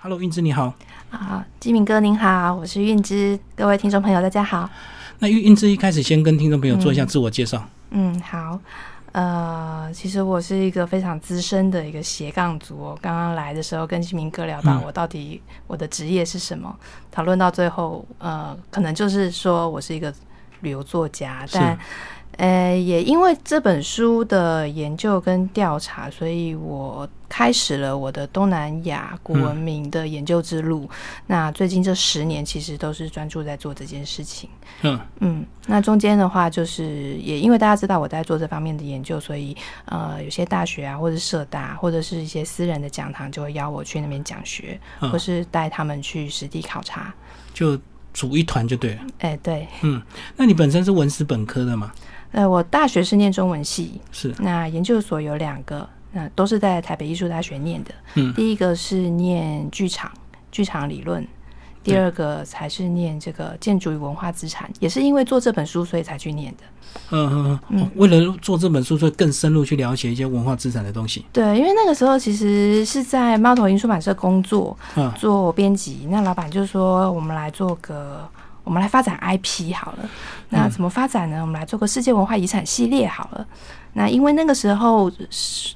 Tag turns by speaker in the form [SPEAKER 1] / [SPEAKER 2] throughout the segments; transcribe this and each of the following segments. [SPEAKER 1] Hello，韵之你好。
[SPEAKER 2] 啊，基敏哥您好，我是韵之，各位听众朋友大家好。
[SPEAKER 1] 那韵韵之一开始先跟听众朋友做一下自我介绍。
[SPEAKER 2] 嗯，好，呃，其实我是一个非常资深的一个斜杠族、哦。刚刚来的时候跟基明哥聊到
[SPEAKER 1] 嗯
[SPEAKER 2] 我到底我的职业是什么，讨论到最后，呃，可能就是说我是一个旅游作家，
[SPEAKER 1] 是
[SPEAKER 2] 但呃，也因为这本书的研究跟调查，所以我开始了我的东南亚古
[SPEAKER 1] 嗯
[SPEAKER 2] 文明的研究之路。那最近这十年，其实都是专注在做这件事情。
[SPEAKER 1] 嗯，
[SPEAKER 2] 嗯，那中间的话，就是也因为大家知道我在做这方面的研究，所以呃，有些大学啊，或者社大，或者是一些私人的讲堂，就会邀我去那边讲学，
[SPEAKER 1] 嗯
[SPEAKER 2] 或是带他们去实地考察。
[SPEAKER 1] 就组一团就对了。嗯
[SPEAKER 2] 哎、对，
[SPEAKER 1] 那你本身是文史本科的嘛？
[SPEAKER 2] 呃，我大学是念中文系，
[SPEAKER 1] 是，
[SPEAKER 2] 那研究所有两个，那都是在台北艺术大学念的。
[SPEAKER 1] 嗯
[SPEAKER 2] 第一个是念剧场，剧场理论。第
[SPEAKER 1] 对
[SPEAKER 2] 二个才是念这个建筑与文化资产，也是因为做这本书所以才去念的。
[SPEAKER 1] 嗯嗯嗯。哦为了做这本书，所以更深入去了解一些文化资产的东西。
[SPEAKER 2] 对，因为那个时候其实是在猫头鹰出版社工作
[SPEAKER 1] 嗯，
[SPEAKER 2] 做编辑，那老板就说我们来做个，我们来发展 IP 好了。
[SPEAKER 1] 嗯
[SPEAKER 2] 那怎么发展呢？我们来做个世界文化遗产系列好了。那因为那个时候是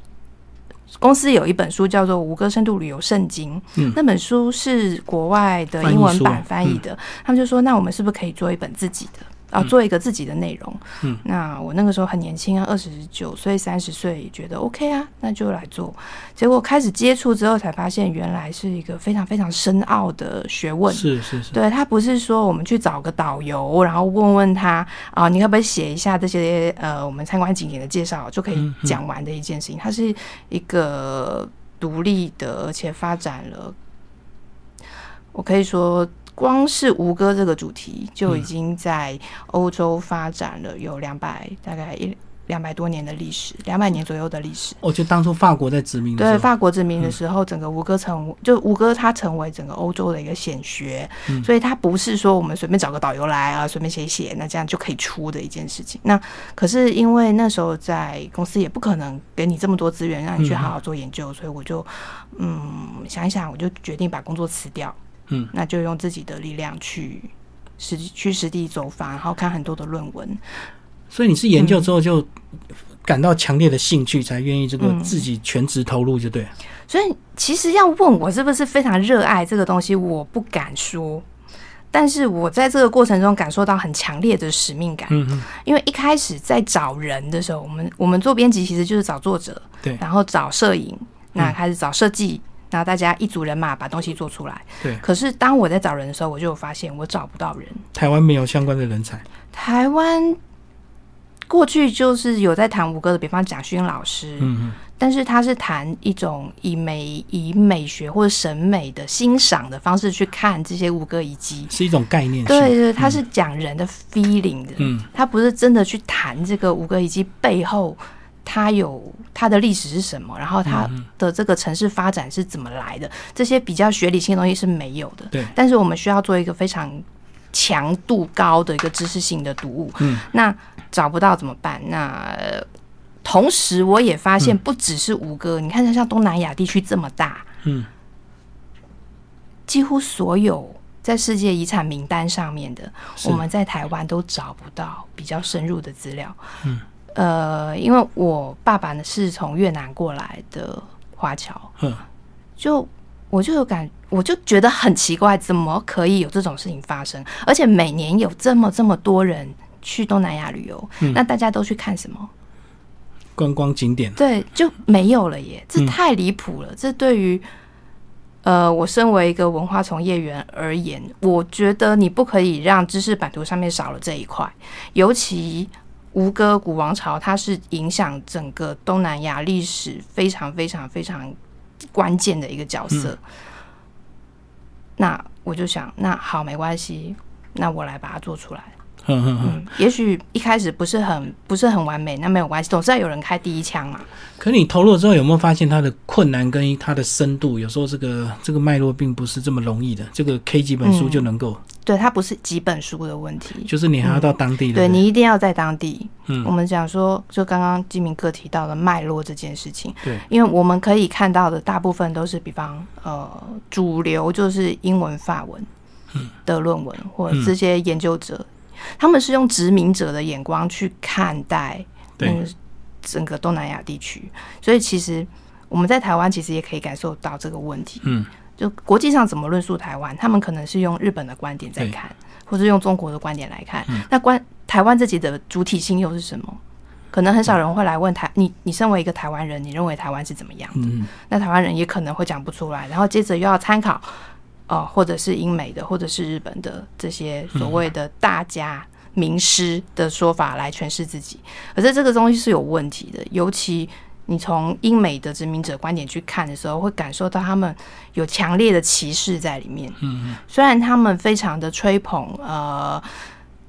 [SPEAKER 2] 公司有一本书叫做《吴哥深度旅游圣经》，
[SPEAKER 1] 嗯
[SPEAKER 2] 那本书是国外的
[SPEAKER 1] 翻译
[SPEAKER 2] 英文
[SPEAKER 1] 书嗯
[SPEAKER 2] 版翻译的，他们就说那我们是不是可以做一本自己的？啊，做一个自己的内容。
[SPEAKER 1] 嗯，
[SPEAKER 2] 那我那个时候很年轻啊，二十九岁、三十岁，觉得 OK 啊，那就来做。结果开始接触之后，才发现原来是一个非常非常深奥的学问。
[SPEAKER 1] 是是是。
[SPEAKER 2] 对他不是说我们去找个导游，然后问问他啊、你可不可以写一下这些呃我们参观景点的介绍就可以
[SPEAKER 1] 嗯嗯
[SPEAKER 2] 讲完的一件事情。它是一个独立的，而且发展了，我可以说。光是吴哥这个主题就已经
[SPEAKER 1] 嗯
[SPEAKER 2] 在欧洲发展了有两百、大概一两百多年的历史，两百年左右的历史。
[SPEAKER 1] 哦，就当初法国在殖民的时
[SPEAKER 2] 对
[SPEAKER 1] 候。嗯
[SPEAKER 2] 法国殖民的时候，整个吴哥成就吴哥它成为整个欧洲的一个显学，
[SPEAKER 1] 嗯
[SPEAKER 2] 所以它不是说我们随便找个导游来啊，随便写一写，那这样就可以出的一件事情。那可是因为那时候在公司也不可能给你这么多资源让你去
[SPEAKER 1] 嗯
[SPEAKER 2] 好好做研究，所以我就嗯想一想，我就决定把工作辞掉，
[SPEAKER 1] 嗯，
[SPEAKER 2] 那就用自己的力量去实去实地走访，然后看很多的论文，
[SPEAKER 1] 所以你是研究之后就感到强烈的兴趣，才愿意这个
[SPEAKER 2] 嗯
[SPEAKER 1] 自己全职投入，就对了。
[SPEAKER 2] 所以其实要问我是不是非常热爱这个东西，我不敢说。但是我在这个过程中感受到很强烈的使命感，
[SPEAKER 1] 嗯嗯。
[SPEAKER 2] 因为一开始在找人的时候，我们我们做编辑其实就是找作者，
[SPEAKER 1] 对
[SPEAKER 2] 然后找摄影，那开始找设计，然后大家一组人马把东西做出来。
[SPEAKER 1] 对
[SPEAKER 2] 可是当我在找人的时候，我就有发现我找不到人。
[SPEAKER 1] 台湾没有相关的人才。
[SPEAKER 2] 台湾过去就是有在谈吴哥的，比方蒋勋老师，
[SPEAKER 1] 嗯嗯。
[SPEAKER 2] 但是他是谈一种以美以美学或者审美的欣赏的方式去看这些吴哥遗迹。
[SPEAKER 1] 是一种概念性。
[SPEAKER 2] 对对，他是讲人的 feeling 的，
[SPEAKER 1] 嗯
[SPEAKER 2] 他不是真的去谈这个吴哥遗迹背后，它有它的历史是什么，然后
[SPEAKER 1] 嗯
[SPEAKER 2] 它的这个城市发展是怎么来的，这些比较学理性的东西是没有的。
[SPEAKER 1] 对
[SPEAKER 2] 但是我们需要做一个非常强度高的一个知识性的读物。
[SPEAKER 1] 嗯，
[SPEAKER 2] 那找不到怎么办？那。呃同时，我也发现不只是吴哥，你看像东南亚地区这么大，
[SPEAKER 1] 嗯，
[SPEAKER 2] 几乎所有在世界遗产名单上面的，
[SPEAKER 1] 是
[SPEAKER 2] 我们在台湾都找不到比较深入的资料。嗯，呃，因为我爸爸呢是从越南过来的华侨，
[SPEAKER 1] 嗯，
[SPEAKER 2] 就我就有感，我就觉得很奇怪，怎么可以有这种事情发生？而且每年有这么这么多人去东南亚旅游，
[SPEAKER 1] 嗯
[SPEAKER 2] 那大家都去看什么？
[SPEAKER 1] 观光景点。
[SPEAKER 2] 对，就没有了耶，这太离谱了。这对于呃，我身为一个文化从业员而言，我觉得你不可以让知识版图上面少了这一块，尤其。吴哥古王朝，它是影响整个东南亚历史非常非常非常关键的一个角色。那我就想，那好，没关系，那我来把它做出来。
[SPEAKER 1] 嗯嗯嗯。
[SPEAKER 2] 嗯，也许一开始不是很不是很完美，那没有关系，总是要有人开第一枪嘛。
[SPEAKER 1] 可你投入了之后，有没有发现它的困难跟它的深度？有时候这个这个脉络并不是这么容易的。这个 K 几本书就能够，
[SPEAKER 2] 对，它不是几本书的问题，
[SPEAKER 1] 就是你还要到当地的
[SPEAKER 2] 对
[SPEAKER 1] 人，
[SPEAKER 2] 你一定要在当地。
[SPEAKER 1] 嗯
[SPEAKER 2] 我们讲说，就刚刚金明哥提到的脉络这件事情，
[SPEAKER 1] 对，
[SPEAKER 2] 因为我们可以看到的大部分都是，比方呃，主流就是英文、法文
[SPEAKER 1] 嗯
[SPEAKER 2] 的论文，或者这些研究者，他们是用殖民者的眼光去看待
[SPEAKER 1] 对
[SPEAKER 2] 那个整个东南亚地区，所以其实我们在台湾其实也可以感受到这个问题。
[SPEAKER 1] 嗯，
[SPEAKER 2] 就国际上怎么论述台湾，他们可能是用日本的观点在
[SPEAKER 1] 对
[SPEAKER 2] 看，或是用中国的观点来看。那关台湾自己的主体性又是什么？可能很少人会来问台你，你身为一个台湾人，你认为台湾是怎么样？
[SPEAKER 1] 嗯，
[SPEAKER 2] 那台湾人也可能会讲不出来，然后接着又要参考，哦、或者是英美的，或者是日本的这些所谓的大家名师的说法来诠释自己，可是这个东西是有问题的，尤其。你从英美的殖民者观点去看的时候，会感受到他们有强烈的歧视在里面。嗯，虽然他们非常的吹捧，呃，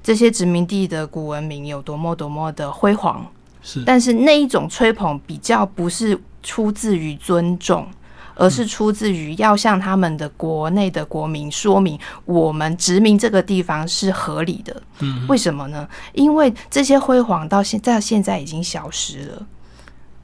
[SPEAKER 2] 这些殖民地的古文明有多么多么的辉煌，
[SPEAKER 1] 是
[SPEAKER 2] 但是那一种吹捧比较不是出自于尊重，而是出自于要向他们的国内的国民说明，我们殖民这个地方是合理的。
[SPEAKER 1] 嗯，
[SPEAKER 2] 为什么呢？因为这些辉煌到现在现在已经消失了，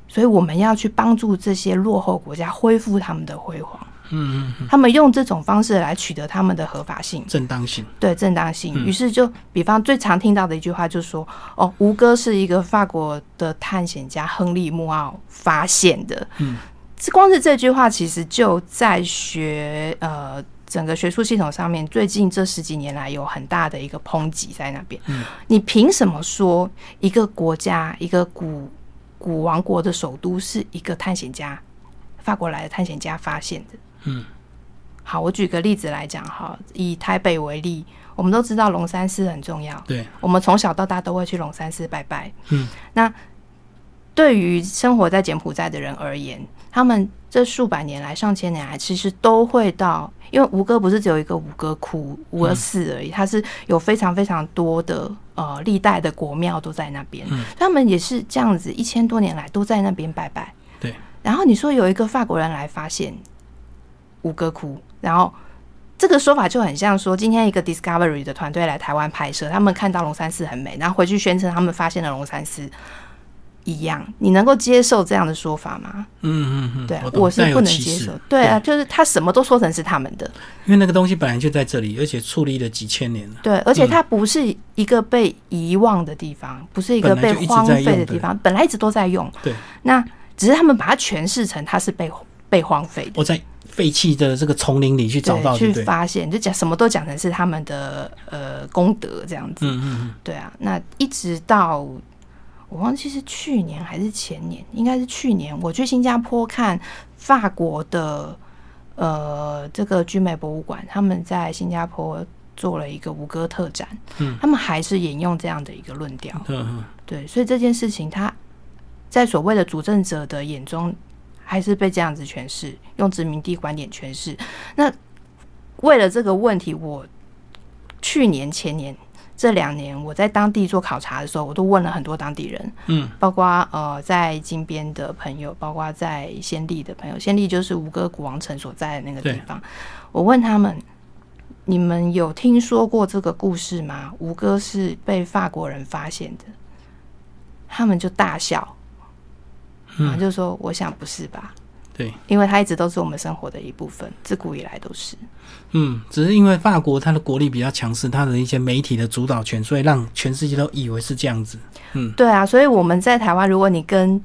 [SPEAKER 2] 所以我们要去帮助这些落后国家恢复他们的辉煌。
[SPEAKER 1] 嗯嗯，
[SPEAKER 2] 他们用这种方式来取得他们的合法性。
[SPEAKER 1] 正当性，
[SPEAKER 2] 对正当性。于是就，比方最常听到的一句话就是说：“哦，吴哥是一个法国的探险家亨利·穆奥发现的。”
[SPEAKER 1] 嗯，
[SPEAKER 2] 这光是这句话，其实就在学呃整个学术系统上面，最近这十几年来有很大的一个抨击在那边。
[SPEAKER 1] 嗯，
[SPEAKER 2] 你凭什么说一个国家、一个古古王国的首都是一个探险家法国来的探险家发现的？
[SPEAKER 1] 嗯，
[SPEAKER 2] 好，我举个例子来讲哈，以台北为例，我们都知道龙山寺很重要，
[SPEAKER 1] 对，
[SPEAKER 2] 我们从小到大都会去龙山寺拜拜。
[SPEAKER 1] 嗯，
[SPEAKER 2] 那对于生活在柬埔寨的人而言，他们这数百年来、上千年来，其实都会到，因为吴哥不是只有一个吴哥窟、吴哥寺
[SPEAKER 1] 嗯
[SPEAKER 2] 而已，它是有非常非常多的呃历代的国庙都在那边，
[SPEAKER 1] 嗯
[SPEAKER 2] 他们也是这样子，一千多年来都在那边拜拜。
[SPEAKER 1] 对，
[SPEAKER 2] 然后你说有一个法国人来发现吴哥窟，然后这个说法就很像说，今天一个 Discovery 的团队来台湾拍摄，他们看到龙山寺很美，然后回去宣称他们发现了龙山寺一样。你能够接受这样的说法吗？
[SPEAKER 1] 嗯嗯嗯，
[SPEAKER 2] 对啊，
[SPEAKER 1] 懂
[SPEAKER 2] 我是
[SPEAKER 1] 带有
[SPEAKER 2] 不能
[SPEAKER 1] 歧
[SPEAKER 2] 接
[SPEAKER 1] 视
[SPEAKER 2] 受。对啊，就是他什么都说成是他们的，
[SPEAKER 1] 因为那个东西本来就在这里，而且矗立了几千年了。
[SPEAKER 2] 对，而且它不是一个被遗忘的地方，不是一个
[SPEAKER 1] 本来
[SPEAKER 2] 被
[SPEAKER 1] 就一直在
[SPEAKER 2] 荒废
[SPEAKER 1] 用
[SPEAKER 2] 的
[SPEAKER 1] 的
[SPEAKER 2] 地方，本来一直都在用。
[SPEAKER 1] 对，
[SPEAKER 2] 那只是他们把它诠释成它是被被荒废的。
[SPEAKER 1] 我在废弃的这个丛林里去找
[SPEAKER 2] 对，
[SPEAKER 1] 到，对
[SPEAKER 2] 去
[SPEAKER 1] 不对？
[SPEAKER 2] 发现，就讲什么都讲成是他们的呃功德这样子。
[SPEAKER 1] 嗯嗯
[SPEAKER 2] 对啊，那一直到我忘记是去年还是前年，应该是去年，我去新加坡看法国的呃这个居美博物馆，他们在新加坡做了一个吴哥特展，
[SPEAKER 1] 嗯
[SPEAKER 2] 他们还是沿用这样的一个论调。
[SPEAKER 1] 嗯嗯
[SPEAKER 2] 对，所以这件事情，他在所谓的主政者的眼中，还是被这样子诠释，用殖民地观点诠释。那为了这个问题，我去年、前年这两年，我在当地做考察的时候，我都问了很多当地人，
[SPEAKER 1] 嗯，
[SPEAKER 2] 包括呃在金边的朋友，包括在暹粒的朋友，暹粒就是吴哥古王城所在的那个地
[SPEAKER 1] 对
[SPEAKER 2] 方。我问他们，你们有听说过这个故事吗？吴哥是被法国人发现的，他们就大笑，然后就说：“我想不是吧？
[SPEAKER 1] 对，
[SPEAKER 2] 因为它一直都是我们生活的一部分，自古以来都是。
[SPEAKER 1] 嗯，只是因为法国它的国力比较强势，它的一些媒体的主导权，所以让全世界都以为是这样子。
[SPEAKER 2] 对啊，所以我们在台湾，如果你跟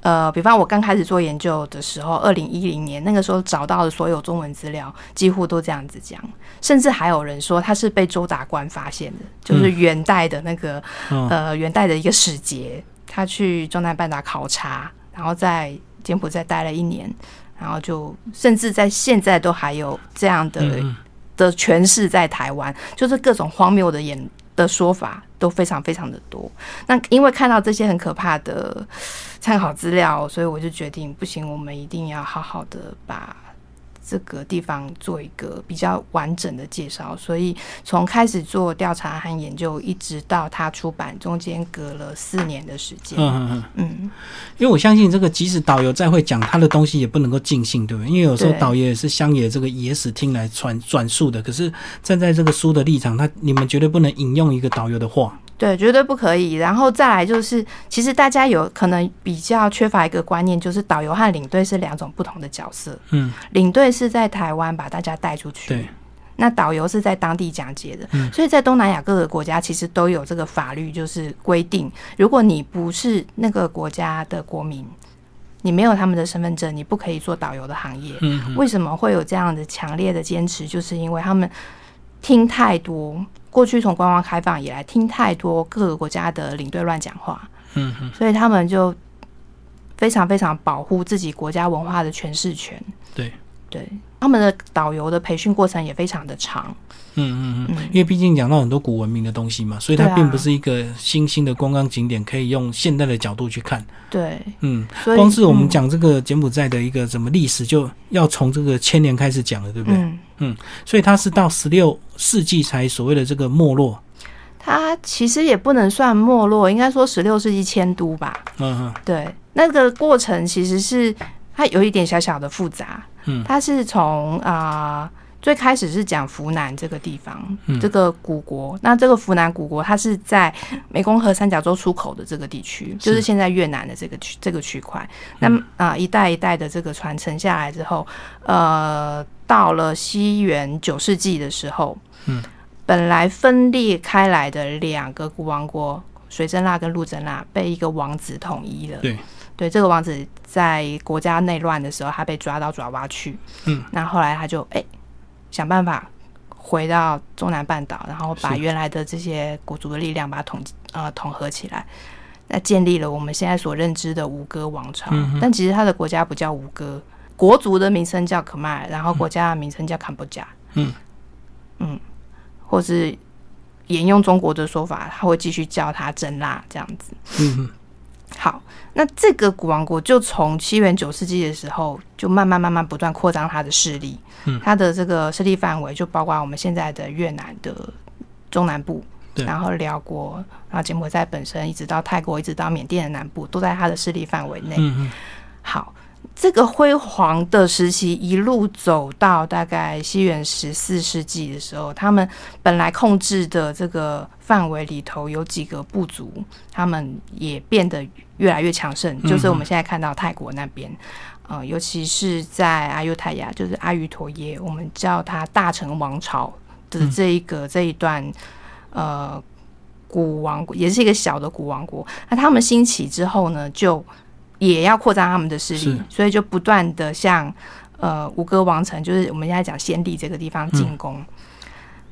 [SPEAKER 2] 呃，比方我刚开始做研究的时候，二零一零年那个时候找到的所有中文资料，几乎都这样子讲，甚至还有人说他是被周达官发现的，就是元代的那个、
[SPEAKER 1] 嗯
[SPEAKER 2] 呃元代的一个使节，他去中南半岛考察，然后在柬埔寨待了一年，然后就甚至在现在都还有这样的、
[SPEAKER 1] 嗯
[SPEAKER 2] 的诠释在台湾，就是各种荒谬的演的说法都非常非常的多。那因为看到这些很可怕的参考资料，所以我就决定不行，我们一定要好好的把这个地方做一个比较完整的介绍，所以从开始做调查和研究，一直到它出版，中间隔了四年的时间。
[SPEAKER 1] 嗯嗯嗯，
[SPEAKER 2] 嗯，
[SPEAKER 1] 因为我相信这个，即使导游再会讲他的东西，也不能够尽信，对不对？因为有时候
[SPEAKER 2] 对
[SPEAKER 1] 导游也是乡野这个野史听来传转述的，可是站在这个书的立场，他你们绝对不能引用一个导游的话。
[SPEAKER 2] 对，绝对不可以。然后再来就是，其实大家有可能比较缺乏一个观念，就是导游和领队是两种不同的角色。
[SPEAKER 1] 嗯，
[SPEAKER 2] 领队是在台湾把大家带出去，
[SPEAKER 1] 对，
[SPEAKER 2] 那导游是在当地讲解的，
[SPEAKER 1] 嗯
[SPEAKER 2] 所以在东南亚各个国家其实都有这个法律，就是规定，如果你不是那个国家的国民，你没有他们的身份证，你不可以做导游的行业。
[SPEAKER 1] 嗯嗯
[SPEAKER 2] 为什么会有这样的强烈的坚持？就是因为他们听太多，过去从官方开放以来，听太多各个国家的领队乱讲话，
[SPEAKER 1] 嗯嗯，
[SPEAKER 2] 所以他们就非常非常保护自己国家文化的诠释权。
[SPEAKER 1] 对
[SPEAKER 2] 对，他们的导游的培训过程也非常的长。
[SPEAKER 1] 嗯嗯嗯
[SPEAKER 2] 嗯，
[SPEAKER 1] 因为毕竟讲到很多古文明的东西嘛，所以它
[SPEAKER 2] 对啊
[SPEAKER 1] 并不是一个新兴的观光景点，可以用现代的角度去看。
[SPEAKER 2] 对，
[SPEAKER 1] 嗯，
[SPEAKER 2] 所以
[SPEAKER 1] 光是我们
[SPEAKER 2] 嗯
[SPEAKER 1] 讲这个柬埔寨的一个什么历史，就要从这个千年开始讲了，对不对？
[SPEAKER 2] 嗯，
[SPEAKER 1] 所以它是到十六世纪才所谓的这个没落。
[SPEAKER 2] 它其实也不能算没落，应该说十六世纪迁都吧。
[SPEAKER 1] 嗯嗯
[SPEAKER 2] 对，那个过程其实是它有一点小小的复杂。
[SPEAKER 1] 嗯
[SPEAKER 2] 它是从啊、最开始是讲湖南这个地方，
[SPEAKER 1] 嗯
[SPEAKER 2] 这个古国。那这个湖南古国，它是在湄公河三角洲出口的这个地区，就是
[SPEAKER 1] 是
[SPEAKER 2] 现在越南的这个区这个区块。那
[SPEAKER 1] 嗯
[SPEAKER 2] 么啊、一代一代的这个传承下来之后，呃，到了西元九世纪的时候，
[SPEAKER 1] 嗯，
[SPEAKER 2] 本来分裂开来的两个古王国。水真腊跟陆真腊被一个王子统一了。
[SPEAKER 1] 对，
[SPEAKER 2] 对，这个王子在国家内乱的时候，他被抓到爪哇去。
[SPEAKER 1] 嗯，
[SPEAKER 2] 那后来他就哎、想办法回到中南半岛，然后把
[SPEAKER 1] 是
[SPEAKER 2] 原来的这些国族的力量把它统呃统合起来，那建立了我们现在所认知的吴哥王朝。
[SPEAKER 1] 嗯哼
[SPEAKER 2] 但其实他的国家不叫吴哥，国族的名称叫可迈尔，然后国家的名称叫柬埔寨。
[SPEAKER 1] 嗯
[SPEAKER 2] 嗯，或是沿用中国的说法，他会继续叫它真腊这样子。
[SPEAKER 1] 嗯嗯。
[SPEAKER 2] 好，那这个古王国就从西元九世纪的时候，就慢慢慢慢不断扩张它的势力，
[SPEAKER 1] 嗯
[SPEAKER 2] 它的这个势力范围就包括我们现在的越南的中南部，
[SPEAKER 1] 对
[SPEAKER 2] 然后辽国，然后柬埔寨本身，一直到泰国，一直到缅甸的南部，都在它的势力范围内。
[SPEAKER 1] 嗯
[SPEAKER 2] 好，这个辉煌的时期一路走到大概西元十四世纪的时候，他们本来控制的这个范围里头有几个部族，他们也变得越来越强盛，
[SPEAKER 1] 嗯
[SPEAKER 2] 就是我们现在看到泰国那边。呃，尤其是在阿尤泰亚，就是阿瑜陀耶，我们叫它大成王朝的
[SPEAKER 1] 嗯
[SPEAKER 2] 这一个、这一段，呃，古王国也是一个小的古王国。那他们兴起之后呢，就也要扩张他们的势力
[SPEAKER 1] 是，
[SPEAKER 2] 所以就不断的向呃吴哥王城，就是我们现在讲暹粒这个地方进攻。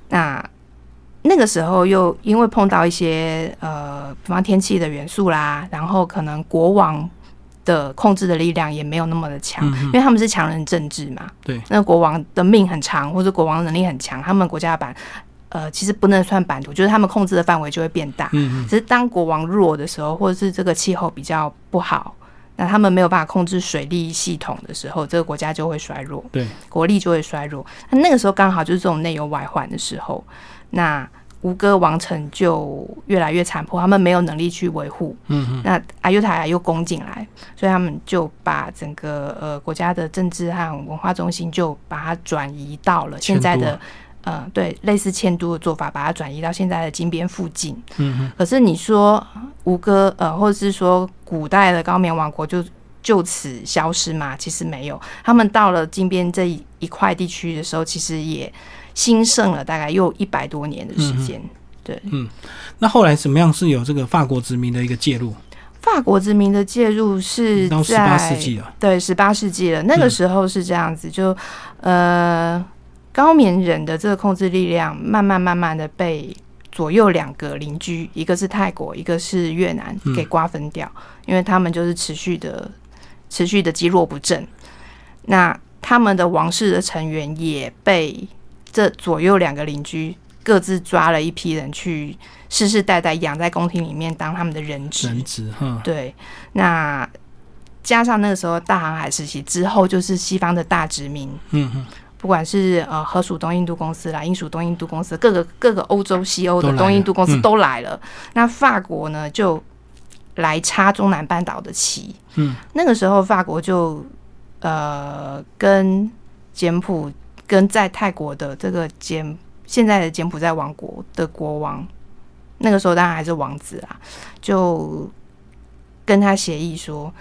[SPEAKER 2] 那那个时候又因为碰到一些呃，比方天气的元素啦，然后可能国王的控制的力量也没有那么的强，
[SPEAKER 1] 嗯
[SPEAKER 2] 因为他们是强人政治嘛。
[SPEAKER 1] 对，
[SPEAKER 2] 那国王的命很长，或者国王能力很强，他们国家的版呃其实不能算版图，就是他们控制的范围就会变大。
[SPEAKER 1] 嗯
[SPEAKER 2] 只是当国王弱的时候，或者是这个气候比较不好，那他们没有办法控制水利系统的时候，这个国家就会衰弱，
[SPEAKER 1] 对，
[SPEAKER 2] 国力就会衰弱。那那个时候刚好就是这种内忧外患的时候，那吴哥王城就越来越残破，他们没有能力去维护，
[SPEAKER 1] 嗯
[SPEAKER 2] 那阿尤塔亚又攻进来，所以他们就把整个呃国家的政治和文化中心就把它转移到了现在
[SPEAKER 1] 迁都啊
[SPEAKER 2] 的呃对类似迁都的做法，把它转移到现在的金边附近。
[SPEAKER 1] 嗯
[SPEAKER 2] 可是你说吴哥呃，或者是说古代的高棉王国就就此消失吗？其实没有，他们到了金边这一一块地区的时候，其实也兴盛了大概又一百多年的时间。
[SPEAKER 1] 嗯
[SPEAKER 2] 对，
[SPEAKER 1] 那后来怎么样是有这个法国殖民的一个介入，
[SPEAKER 2] 法国殖民的介入是
[SPEAKER 1] 到十
[SPEAKER 2] 在
[SPEAKER 1] 八世纪了。
[SPEAKER 2] 对，十八世纪了。那个时候是这样子，就呃，高棉人的这个控制力量，慢慢慢慢的被左右两个邻居，一个是泰国，一个是越南
[SPEAKER 1] 嗯，
[SPEAKER 2] 给瓜分掉，因为他们就是持续的、持续的积弱不振。那他们的王室的成员也被这左右两个邻居各自抓了一批人去世世代代养在宫廷里面当他们的人质。
[SPEAKER 1] 人质哈，
[SPEAKER 2] 对，那加上那个时候大航海时期之后，就是西方的大殖民，
[SPEAKER 1] 嗯嗯，
[SPEAKER 2] 不管是呃荷属东印度公司啦、英属东印度公司，各个各个欧洲、西欧
[SPEAKER 1] 都
[SPEAKER 2] 的
[SPEAKER 1] 来
[SPEAKER 2] 东印度公司
[SPEAKER 1] 了嗯
[SPEAKER 2] 都来了。那法国呢，就来插中南半岛的旗。
[SPEAKER 1] 嗯，
[SPEAKER 2] 那个时候法国就呃跟柬埔跟在泰国的这个柬现在的柬埔寨王国的国王，那个时候当然还是王子啊，就跟他协议说：“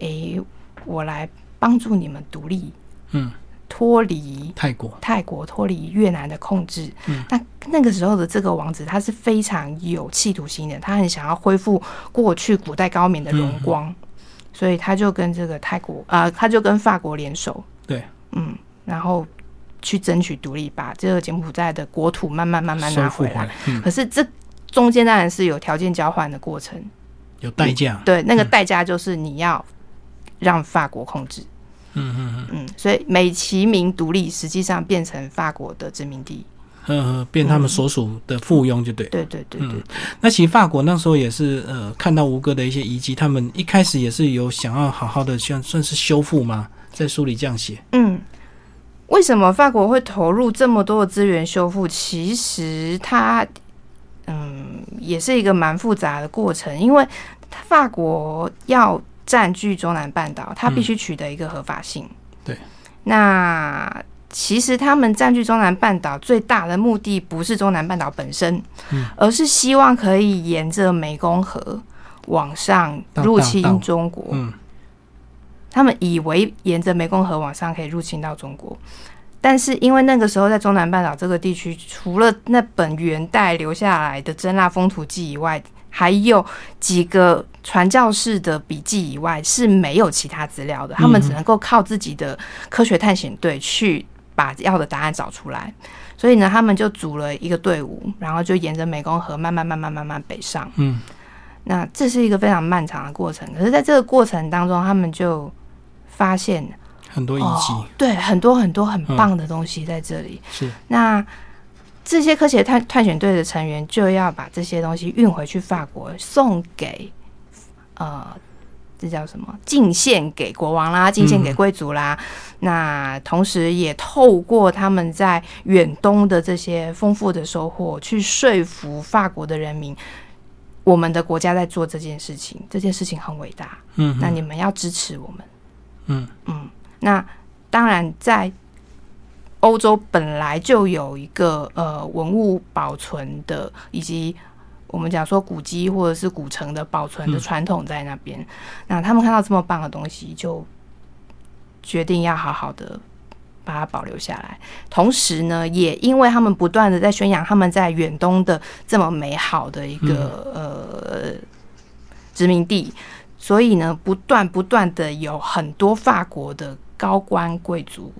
[SPEAKER 2] 诶、我来帮助你们独立，
[SPEAKER 1] 嗯，
[SPEAKER 2] 脱离
[SPEAKER 1] 泰国，
[SPEAKER 2] 泰国脱离越南的控制。
[SPEAKER 1] 嗯
[SPEAKER 2] 那那个时候的这个王子，他是非常有企图心的，他很想要恢复过去古代高棉的荣光，
[SPEAKER 1] 嗯
[SPEAKER 2] 所以他就跟这个泰国啊、他就跟法国联手，
[SPEAKER 1] 对，
[SPEAKER 2] 嗯，然后去争取独立，把这个柬埔寨的国土慢慢慢慢拿
[SPEAKER 1] 收复
[SPEAKER 2] 回
[SPEAKER 1] 回
[SPEAKER 2] 来。
[SPEAKER 1] 来，嗯，
[SPEAKER 2] 可是这中间当然是有条件交换的过程，
[SPEAKER 1] 有代价，
[SPEAKER 2] 对，那个代价就是你要让法国控制。
[SPEAKER 1] 嗯嗯
[SPEAKER 2] 嗯，所以美其名独立，实际上变成法国的殖民地。
[SPEAKER 1] 嗯，呃，变他们所属的附庸就对。嗯
[SPEAKER 2] 对对对对，
[SPEAKER 1] 那其实法国那时候也是呃，看到吴哥的一些遗迹，他们一开始也是有想要好好的像算是修复嘛，在书里这样写，
[SPEAKER 2] 嗯。为什么法国会投入这么多的资源修复？其实它，嗯，也是一个蛮复杂的过程，因为法国要占据中南半岛，它必须取得一个合法性。
[SPEAKER 1] 对。
[SPEAKER 2] 那其实他们占据中南半岛最大的目的不是中南半岛本身，
[SPEAKER 1] 嗯
[SPEAKER 2] 而是希望可以沿着湄公河往上
[SPEAKER 1] 到
[SPEAKER 2] 入
[SPEAKER 1] 大道
[SPEAKER 2] 侵中国。
[SPEAKER 1] 嗯
[SPEAKER 2] 他们以为沿着湄公河往上可以入侵到中国，但是因为那个时候在中南半岛这个地区，除了那本元代留下来的真腊风土记以外，还有几个传教士的笔记以外是没有其他资料的，他们只能够靠自己的科学探险队去把要的答案找出来。所以呢，他们就组了一个队伍，然后就沿着湄公河慢慢慢慢慢慢北上。
[SPEAKER 1] 嗯，
[SPEAKER 2] 那这是一个非常漫长的过程，可是在这个过程当中，他们就发现
[SPEAKER 1] 很多遗迹、
[SPEAKER 2] 哦，对，很多很多很棒的东西在这里。
[SPEAKER 1] 是，
[SPEAKER 2] 那这些科学探探险队的成员就要把这些东西运回去法国，送给呃，这叫什么？进献给国王啦，进献给贵族啦。那同时也透过他们在远东的这些丰富的收获，去说服法国的人民。我们的国家在做这件事情，这件事情很伟大。
[SPEAKER 1] 嗯
[SPEAKER 2] 那你们要支持我们。
[SPEAKER 1] 嗯
[SPEAKER 2] 嗯，那当然，在欧洲本来就有一个呃文物保存的，以及我们讲说古迹或者是古城的保存的
[SPEAKER 1] 嗯
[SPEAKER 2] 传统在那边。那他们看到这么棒的东西，就决定要好好的。把它保留下来，同时呢，也因为他们不断的在宣扬他们在远东的这么美好的一个、呃殖民地，所以呢，不断不断的有很多法国的高官贵族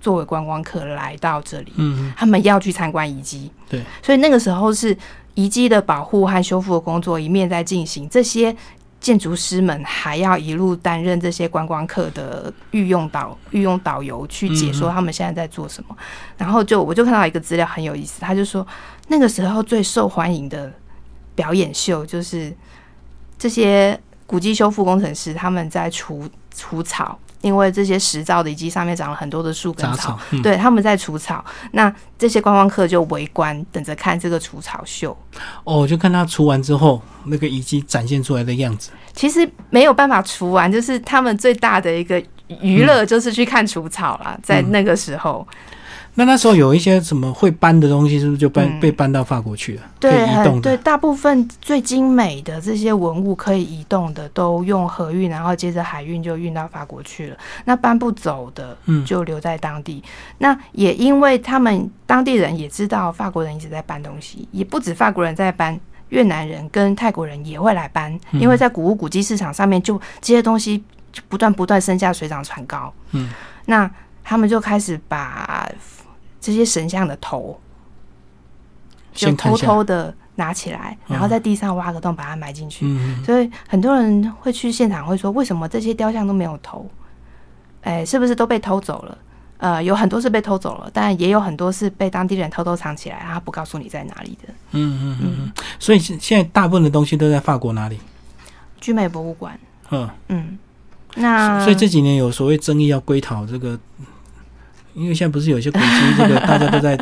[SPEAKER 2] 作为观光客来到这里，
[SPEAKER 1] 嗯
[SPEAKER 2] 他们要去参观遗迹。
[SPEAKER 1] 对，
[SPEAKER 2] 所以那个时候是遗迹的保护和修复的工作一面在进行，这些建筑师们还要一路担任这些观光客的御用导御用导游去解说
[SPEAKER 1] 嗯
[SPEAKER 2] 他们现在在做什么。然后就我就看到一个资料很有意思，他就说那个时候最受欢迎的表演秀就是这些古迹修复工程师他们在除除草。因为这些石造的遗迹上面长了很多的树跟
[SPEAKER 1] 杂
[SPEAKER 2] 草，
[SPEAKER 1] 草，嗯，
[SPEAKER 2] 对，他们在除草，那这些观光客就围观，等着看这个除草秀。
[SPEAKER 1] 哦，我就看他除完之后那个遗迹展现出来的样子，
[SPEAKER 2] 其实没有办法除完，就是他们最大的一个娱乐就是去看除草啦，在那个时候，
[SPEAKER 1] 那那时候有一些什么会搬的东西，是不是就搬、
[SPEAKER 2] 嗯
[SPEAKER 1] 被搬到法国去了？可
[SPEAKER 2] 对，
[SPEAKER 1] 以移
[SPEAKER 2] 很
[SPEAKER 1] 动
[SPEAKER 2] 对，
[SPEAKER 1] 的。
[SPEAKER 2] 大部分最精美的这些文物可以移动的，都用河运，然后接着海运就运到法国去了。那搬不走的，
[SPEAKER 1] 嗯
[SPEAKER 2] 就留在当地。那也因为他们当地人也知道法国人一直在搬东西，也不止法国人在搬。越南人跟泰国人也会来搬，
[SPEAKER 1] 嗯
[SPEAKER 2] 因为在古物古迹市场上面，就这些东西就不断不断升价，水涨船高。
[SPEAKER 1] 嗯，
[SPEAKER 2] 那他们就开始把这些神像的头就
[SPEAKER 1] 先看
[SPEAKER 2] 偷
[SPEAKER 1] 一下
[SPEAKER 2] 偷的拿起来，
[SPEAKER 1] 嗯
[SPEAKER 2] 然后在地上挖个洞把它埋进去。
[SPEAKER 1] 嗯，嗯
[SPEAKER 2] 所以很多人会去现场会说，为什么这些雕像都没有头？哎，是不是都被偷走了？呃，有很多是被偷走了，但也有很多是被当地人偷偷藏起来，然后不告诉你在哪里的。
[SPEAKER 1] 嗯嗯嗯嗯。所以现现在大部分的东西都在法国哪里？
[SPEAKER 2] 聚美博物馆，
[SPEAKER 1] 嗯，
[SPEAKER 2] 嗯，那
[SPEAKER 1] 所以这几年有所谓争议要归讨这个，因为现在不是有一些古迹， 这个大家都在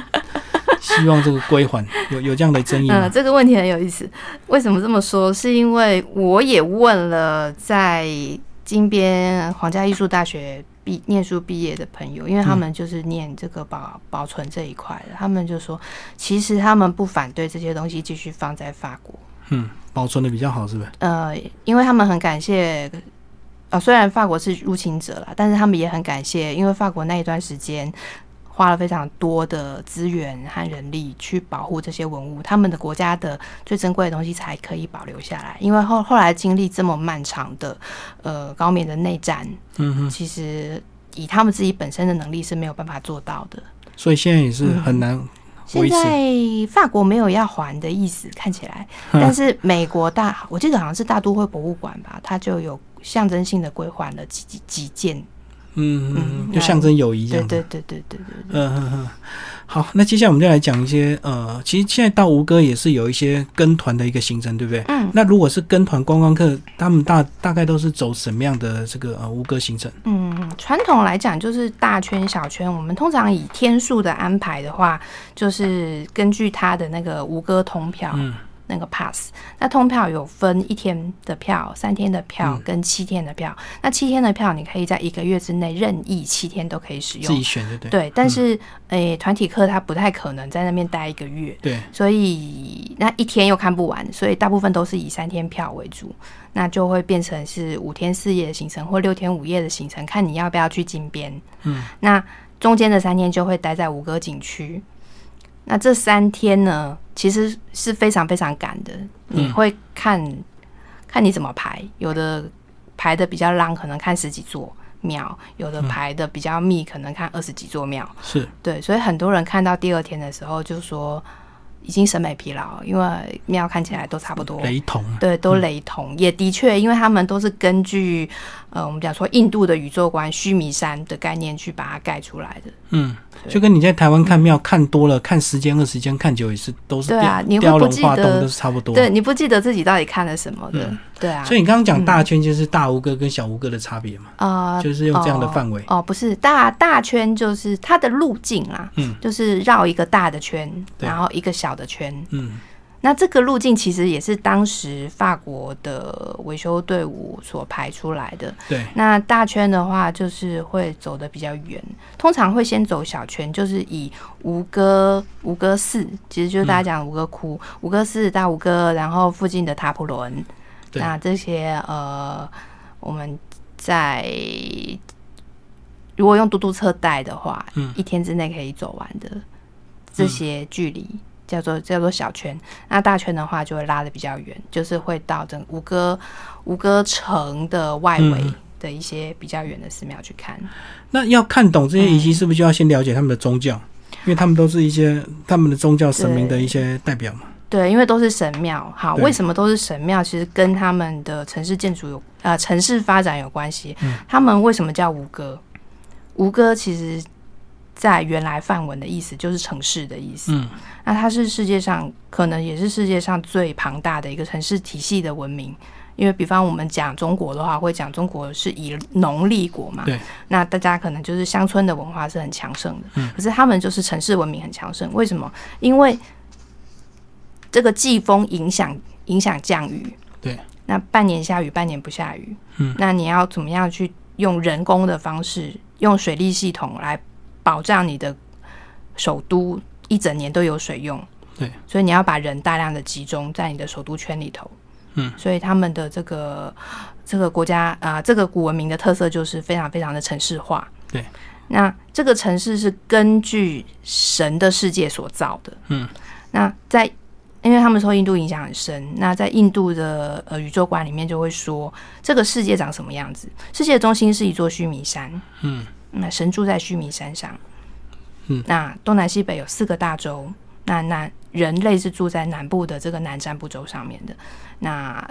[SPEAKER 1] 希望这个归还，有有这样的争议
[SPEAKER 2] 嗯，
[SPEAKER 1] 吗？
[SPEAKER 2] 这个问题很有意思。为什么这么说？是因为我也问了在金边皇家艺术大学毕念书毕业的朋友，因为他
[SPEAKER 1] 嗯
[SPEAKER 2] 们就是念这个保保存这一块的，他们就说，其实他们不反对这些东西继续放在法国，
[SPEAKER 1] 嗯，保存的比较好，是不是？
[SPEAKER 2] 呃，因为他们很感谢，呃，虽然法国是入侵者啦，但是他们也很感谢，因为法国那一段时间花了非常多的资源和人力去保护这些文物，他们的国家的最珍贵的东西才可以保留下来。因为后后来经历这么漫长的呃高棉的内战，
[SPEAKER 1] 嗯哼，
[SPEAKER 2] 其实以他们自己本身的能力是没有办法做到的。
[SPEAKER 1] 所以现在也是很难
[SPEAKER 2] 嗯现
[SPEAKER 1] 维持。
[SPEAKER 2] 在法国没有要还的意思，看起来，但是美国大，我记得好像是大都会博物馆吧，它就有象征性的归还了几几几件，
[SPEAKER 1] 嗯嗯，
[SPEAKER 2] 嗯
[SPEAKER 1] 就象征友谊这
[SPEAKER 2] 对
[SPEAKER 1] 样子。
[SPEAKER 2] 对对对对对对，
[SPEAKER 1] 嗯嗯嗯，好，那接下来我们就来讲一些呃，其实现在到吴哥也是有一些跟团的一个行程，对不对？
[SPEAKER 2] 嗯
[SPEAKER 1] 那如果是跟团观光客，他们大大概都是走什么样的这个呃吴哥行程？
[SPEAKER 2] 嗯，传统来讲就是大圈小圈，我们通常以天数的安排的话，就是根据它的那个吴哥通票。
[SPEAKER 1] 嗯
[SPEAKER 2] 那个 pass，那通票有分一天的票、三天的票
[SPEAKER 1] 嗯
[SPEAKER 2] 跟七天的票。那七天的票，你可以在一个月之内任意七天都可以使用，
[SPEAKER 1] 自己选对不对？
[SPEAKER 2] 对，但是诶、团体课它不太可能在那边待一个月，
[SPEAKER 1] 对，
[SPEAKER 2] 所以那一天又看不完，所以大部分都是以三天票为主，那就会变成是五天四夜的行程或六天五夜的行程，看你要不要去金边。
[SPEAKER 1] 嗯，
[SPEAKER 2] 那中间的三天就会待在五哥景区。那这三天呢，其实是非常非常赶的，你
[SPEAKER 1] 嗯
[SPEAKER 2] 会看、看你怎么排，有的排的比较浪，可能看十几座庙；有
[SPEAKER 1] 嗯
[SPEAKER 2] 的排的比较密，可能看二十几座庙。
[SPEAKER 1] 是，
[SPEAKER 2] 对，所以很多人看到第二天的时候就说已经审美疲劳，因为庙看起来都差不多，
[SPEAKER 1] 雷同啊。
[SPEAKER 2] 对，都雷同。也的确，因为他们都是根据呃，我们讲说印度的宇宙观须弥山的概念去把它盖出来的。
[SPEAKER 1] 嗯，
[SPEAKER 2] 对
[SPEAKER 1] 就跟你在台湾看庙看多了，看十间二十间，看久也是都是
[SPEAKER 2] 对啊
[SPEAKER 1] 雕
[SPEAKER 2] 你会
[SPEAKER 1] 雕
[SPEAKER 2] 不
[SPEAKER 1] 龙
[SPEAKER 2] 记
[SPEAKER 1] 画
[SPEAKER 2] 得
[SPEAKER 1] 栋都是差不多。
[SPEAKER 2] 对，你不记得自己到底看了什么的，
[SPEAKER 1] 啊嗯
[SPEAKER 2] 对啊。
[SPEAKER 1] 所以你刚刚讲大圈就是大吴哥跟小吴哥的差别嘛，
[SPEAKER 2] 呃，
[SPEAKER 1] 就是用这样的范围。
[SPEAKER 2] 哦，不是大大圈，就是它的路径啦，
[SPEAKER 1] 嗯
[SPEAKER 2] 就是绕一个大的圈，
[SPEAKER 1] 对
[SPEAKER 2] 然后一个小的圈。
[SPEAKER 1] 嗯
[SPEAKER 2] 那这个路径其实也是当时法国的维修队伍所排出来的。
[SPEAKER 1] 对，
[SPEAKER 2] 那大圈的话，就是会走的比较远，通常会先走小圈，就是以吴哥吴哥寺，其实就是大家讲的吴哥窟、吴哥寺、大吴哥，然后附近的塔普伦，
[SPEAKER 1] 对
[SPEAKER 2] 那这些呃，我们在如果用嘟嘟车带的话，
[SPEAKER 1] 嗯
[SPEAKER 2] 一天之内可以走完的这些距离。叫做叫做小圈，那大圈的话就会拉的比较远，就是会到整吴哥吴哥城的外围
[SPEAKER 1] 嗯
[SPEAKER 2] 的一些比较远的寺庙去看。
[SPEAKER 1] 那要看懂这些遗
[SPEAKER 2] 嗯
[SPEAKER 1] 迹，是不是就要先了解他们的宗教？因为他们都是一些他们的宗教神明的一些代表嘛。
[SPEAKER 2] 对，因为都是神庙。好，
[SPEAKER 1] 对
[SPEAKER 2] 为什么都是神庙？其实跟他们的城市建筑有呃城市发展有关系。
[SPEAKER 1] 嗯
[SPEAKER 2] 他们为什么叫吴哥？吴哥其实在原来梵文的意思就是城市的意思。
[SPEAKER 1] 嗯
[SPEAKER 2] 那它是世界上可能也是世界上最庞大的一个城市体系的文明。因为比方我们讲中国的话，会讲中国是以农立国嘛，
[SPEAKER 1] 对，
[SPEAKER 2] 那大家可能就是乡村的文化是很强盛的，
[SPEAKER 1] 嗯
[SPEAKER 2] 可是他们就是城市文明很强盛，为什么？因为这个季风影响影响降雨，
[SPEAKER 1] 对，
[SPEAKER 2] 那半年下雨，半年不下雨，
[SPEAKER 1] 嗯
[SPEAKER 2] 那你要怎么样去用人工的方式，用水利系统来保障你的首都一整年都有水用？
[SPEAKER 1] 对，
[SPEAKER 2] 所以你要把人大量的集中在你的首都圈里头。
[SPEAKER 1] 嗯，
[SPEAKER 2] 所以他们的这个这个国家啊、这个古文明的特色就是非常非常的城市化。
[SPEAKER 1] 对，
[SPEAKER 2] 那这个城市是根据神的世界所造的。
[SPEAKER 1] 嗯，
[SPEAKER 2] 那在因为他们受印度影响很深，那在印度的呃宇宙观里面就会说，这个世界长什么样子？世界的中心是一座须弥山，
[SPEAKER 1] 嗯，
[SPEAKER 2] 那神住在须弥山上。
[SPEAKER 1] 嗯，
[SPEAKER 2] 那东南西北有四个大洲，那南人类是住在南部的这个南瞻部洲上面的，那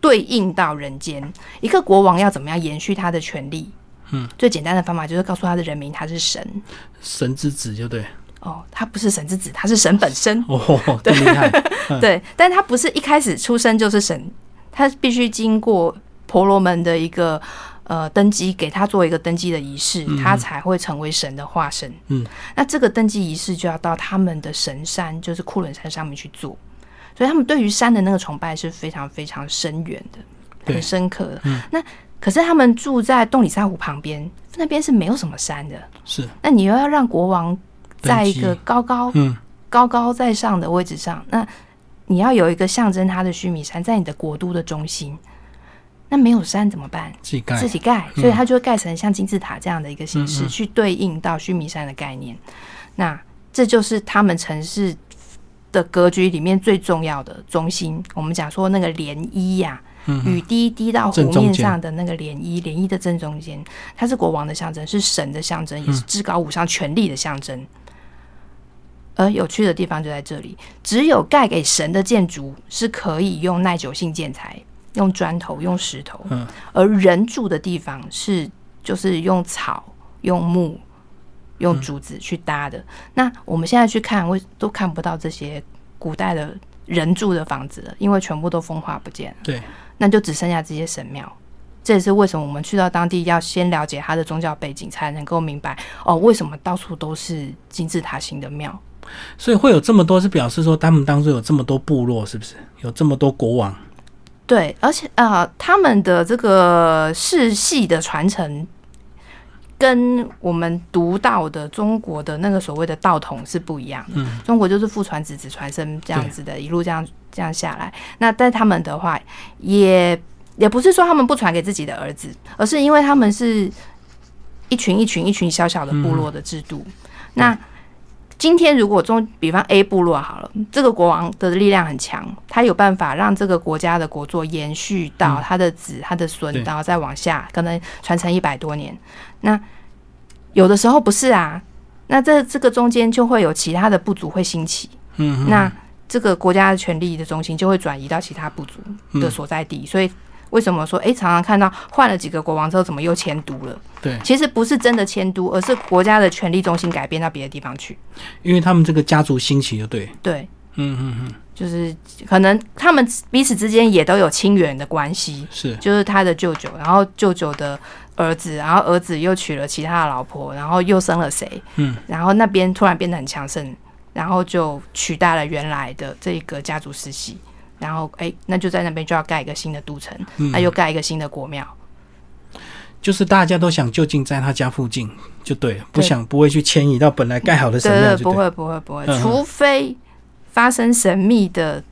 [SPEAKER 2] 对应到人间，一个国王要怎么样延续他的权利？
[SPEAKER 1] 嗯，
[SPEAKER 2] 最简单的方法就是告诉他的人民他是神
[SPEAKER 1] 神之子就对。
[SPEAKER 2] 哦，他不是神之子，他是神本身。
[SPEAKER 1] 哦，真厉害。
[SPEAKER 2] 对，但他不是一开始出生就是神，他必须经过婆罗门的一个呃登基，给他做一个登基的仪式，他才会成为神的化身。
[SPEAKER 1] 嗯，
[SPEAKER 2] 那这个登基仪式就要到他们的神山，就是库伦山上面去做。所以他们对于山的那个崇拜是非常非常深远的，
[SPEAKER 1] 对
[SPEAKER 2] 很深刻的。
[SPEAKER 1] 嗯
[SPEAKER 2] 那可是他们住在洞里萨湖旁边，那边是没有什么山的。
[SPEAKER 1] 是，
[SPEAKER 2] 那你又要让国王在一个
[SPEAKER 1] 登基
[SPEAKER 2] 高高
[SPEAKER 1] 嗯，
[SPEAKER 2] 高高在上的位置上，那你要有一个象征它的须弥山在你的国都的中心，那没有山怎么办？
[SPEAKER 1] 自己盖
[SPEAKER 2] 自，己盖，
[SPEAKER 1] 嗯
[SPEAKER 2] 所以它就会盖成像金字塔这样的一个形式，
[SPEAKER 1] 嗯嗯
[SPEAKER 2] 去对应到须弥山的概念。那这就是他们城市的格局里面最重要的中心。我们讲说那个涟漪呀、
[SPEAKER 1] 嗯
[SPEAKER 2] 雨滴滴到湖
[SPEAKER 1] 正中
[SPEAKER 2] 面
[SPEAKER 1] 间
[SPEAKER 2] 上的那个涟漪，涟漪的正中间，它是国王的象征，是神的象
[SPEAKER 1] 嗯
[SPEAKER 2] 征，也是至高无上权力的象征。而有趣的地方就在这里，只有盖给神的建筑是可以用耐久性建材，用砖头、用石头，
[SPEAKER 1] 嗯
[SPEAKER 2] 而人住的地方是就是用草、用木、用竹子去搭的。那我们现在去看，为都看不到这些古代的人住的房子了，因为全部都风化不见了，
[SPEAKER 1] 对，
[SPEAKER 2] 那就只剩下这些神庙。这也是为什么我们去到当地要先了解它的宗教背景，才能够明白哦，为什么到处都是金字塔型的庙。
[SPEAKER 1] 所以会有这么多，是表示说他们当中有这么多部落，是不是？有这么多国王，
[SPEAKER 2] 对，而且啊、呃他们的这个世系的传承，跟我们读到的中国的那个所谓的道统是不一样的。
[SPEAKER 1] 嗯
[SPEAKER 2] 中国就是父传子，子传孙这样子的，一路这样这样下来。那但他们的话，也也不是说他们不传给自己的儿子，而是因为他们是一群一群一群小小的部落的制度。那今天如果中，比方 A 部落好了，这个国王的力量很强，他有办法让这个国家的国祚延续到他的子、他的孙，
[SPEAKER 1] 嗯对
[SPEAKER 2] 然后再往下，可能传承一百多年。那有的时候不是啊，那这这个中间就会有其他的部族会兴起，
[SPEAKER 1] 嗯，嗯
[SPEAKER 2] 那这个国家的权力的中心就会转移到其他部族的所在
[SPEAKER 1] 嗯
[SPEAKER 2] 地，所以。为什么说诶，常常看到换了几个国王之后，怎么又迁都了？
[SPEAKER 1] 对，
[SPEAKER 2] 其实不是真的迁都，而是国家的权力中心改变到别的地方去。
[SPEAKER 1] 因为他们这个家族兴起就对，
[SPEAKER 2] 对，
[SPEAKER 1] 嗯嗯嗯，
[SPEAKER 2] 就是可能他们彼此之间也都有亲缘的关系，
[SPEAKER 1] 是，
[SPEAKER 2] 就是他的舅舅，然后舅舅的儿子，然后儿子又娶了其他的老婆，然后又生了谁，
[SPEAKER 1] 嗯，
[SPEAKER 2] 然后那边突然变得很强盛，然后就取代了原来的这个家族世系，然后哎，那就在那边就要盖一个新的都城，
[SPEAKER 1] 嗯
[SPEAKER 2] 那、，又盖一个新的国庙，
[SPEAKER 1] 就是大家都想就近在他家附近就对了，不
[SPEAKER 2] 对
[SPEAKER 1] 想不会去迁移到本来盖好的神
[SPEAKER 2] 对
[SPEAKER 1] 庙
[SPEAKER 2] 对，
[SPEAKER 1] 就
[SPEAKER 2] 不
[SPEAKER 1] 对，
[SPEAKER 2] 会不会不会，
[SPEAKER 1] 嗯嗯
[SPEAKER 2] 除非发生神秘的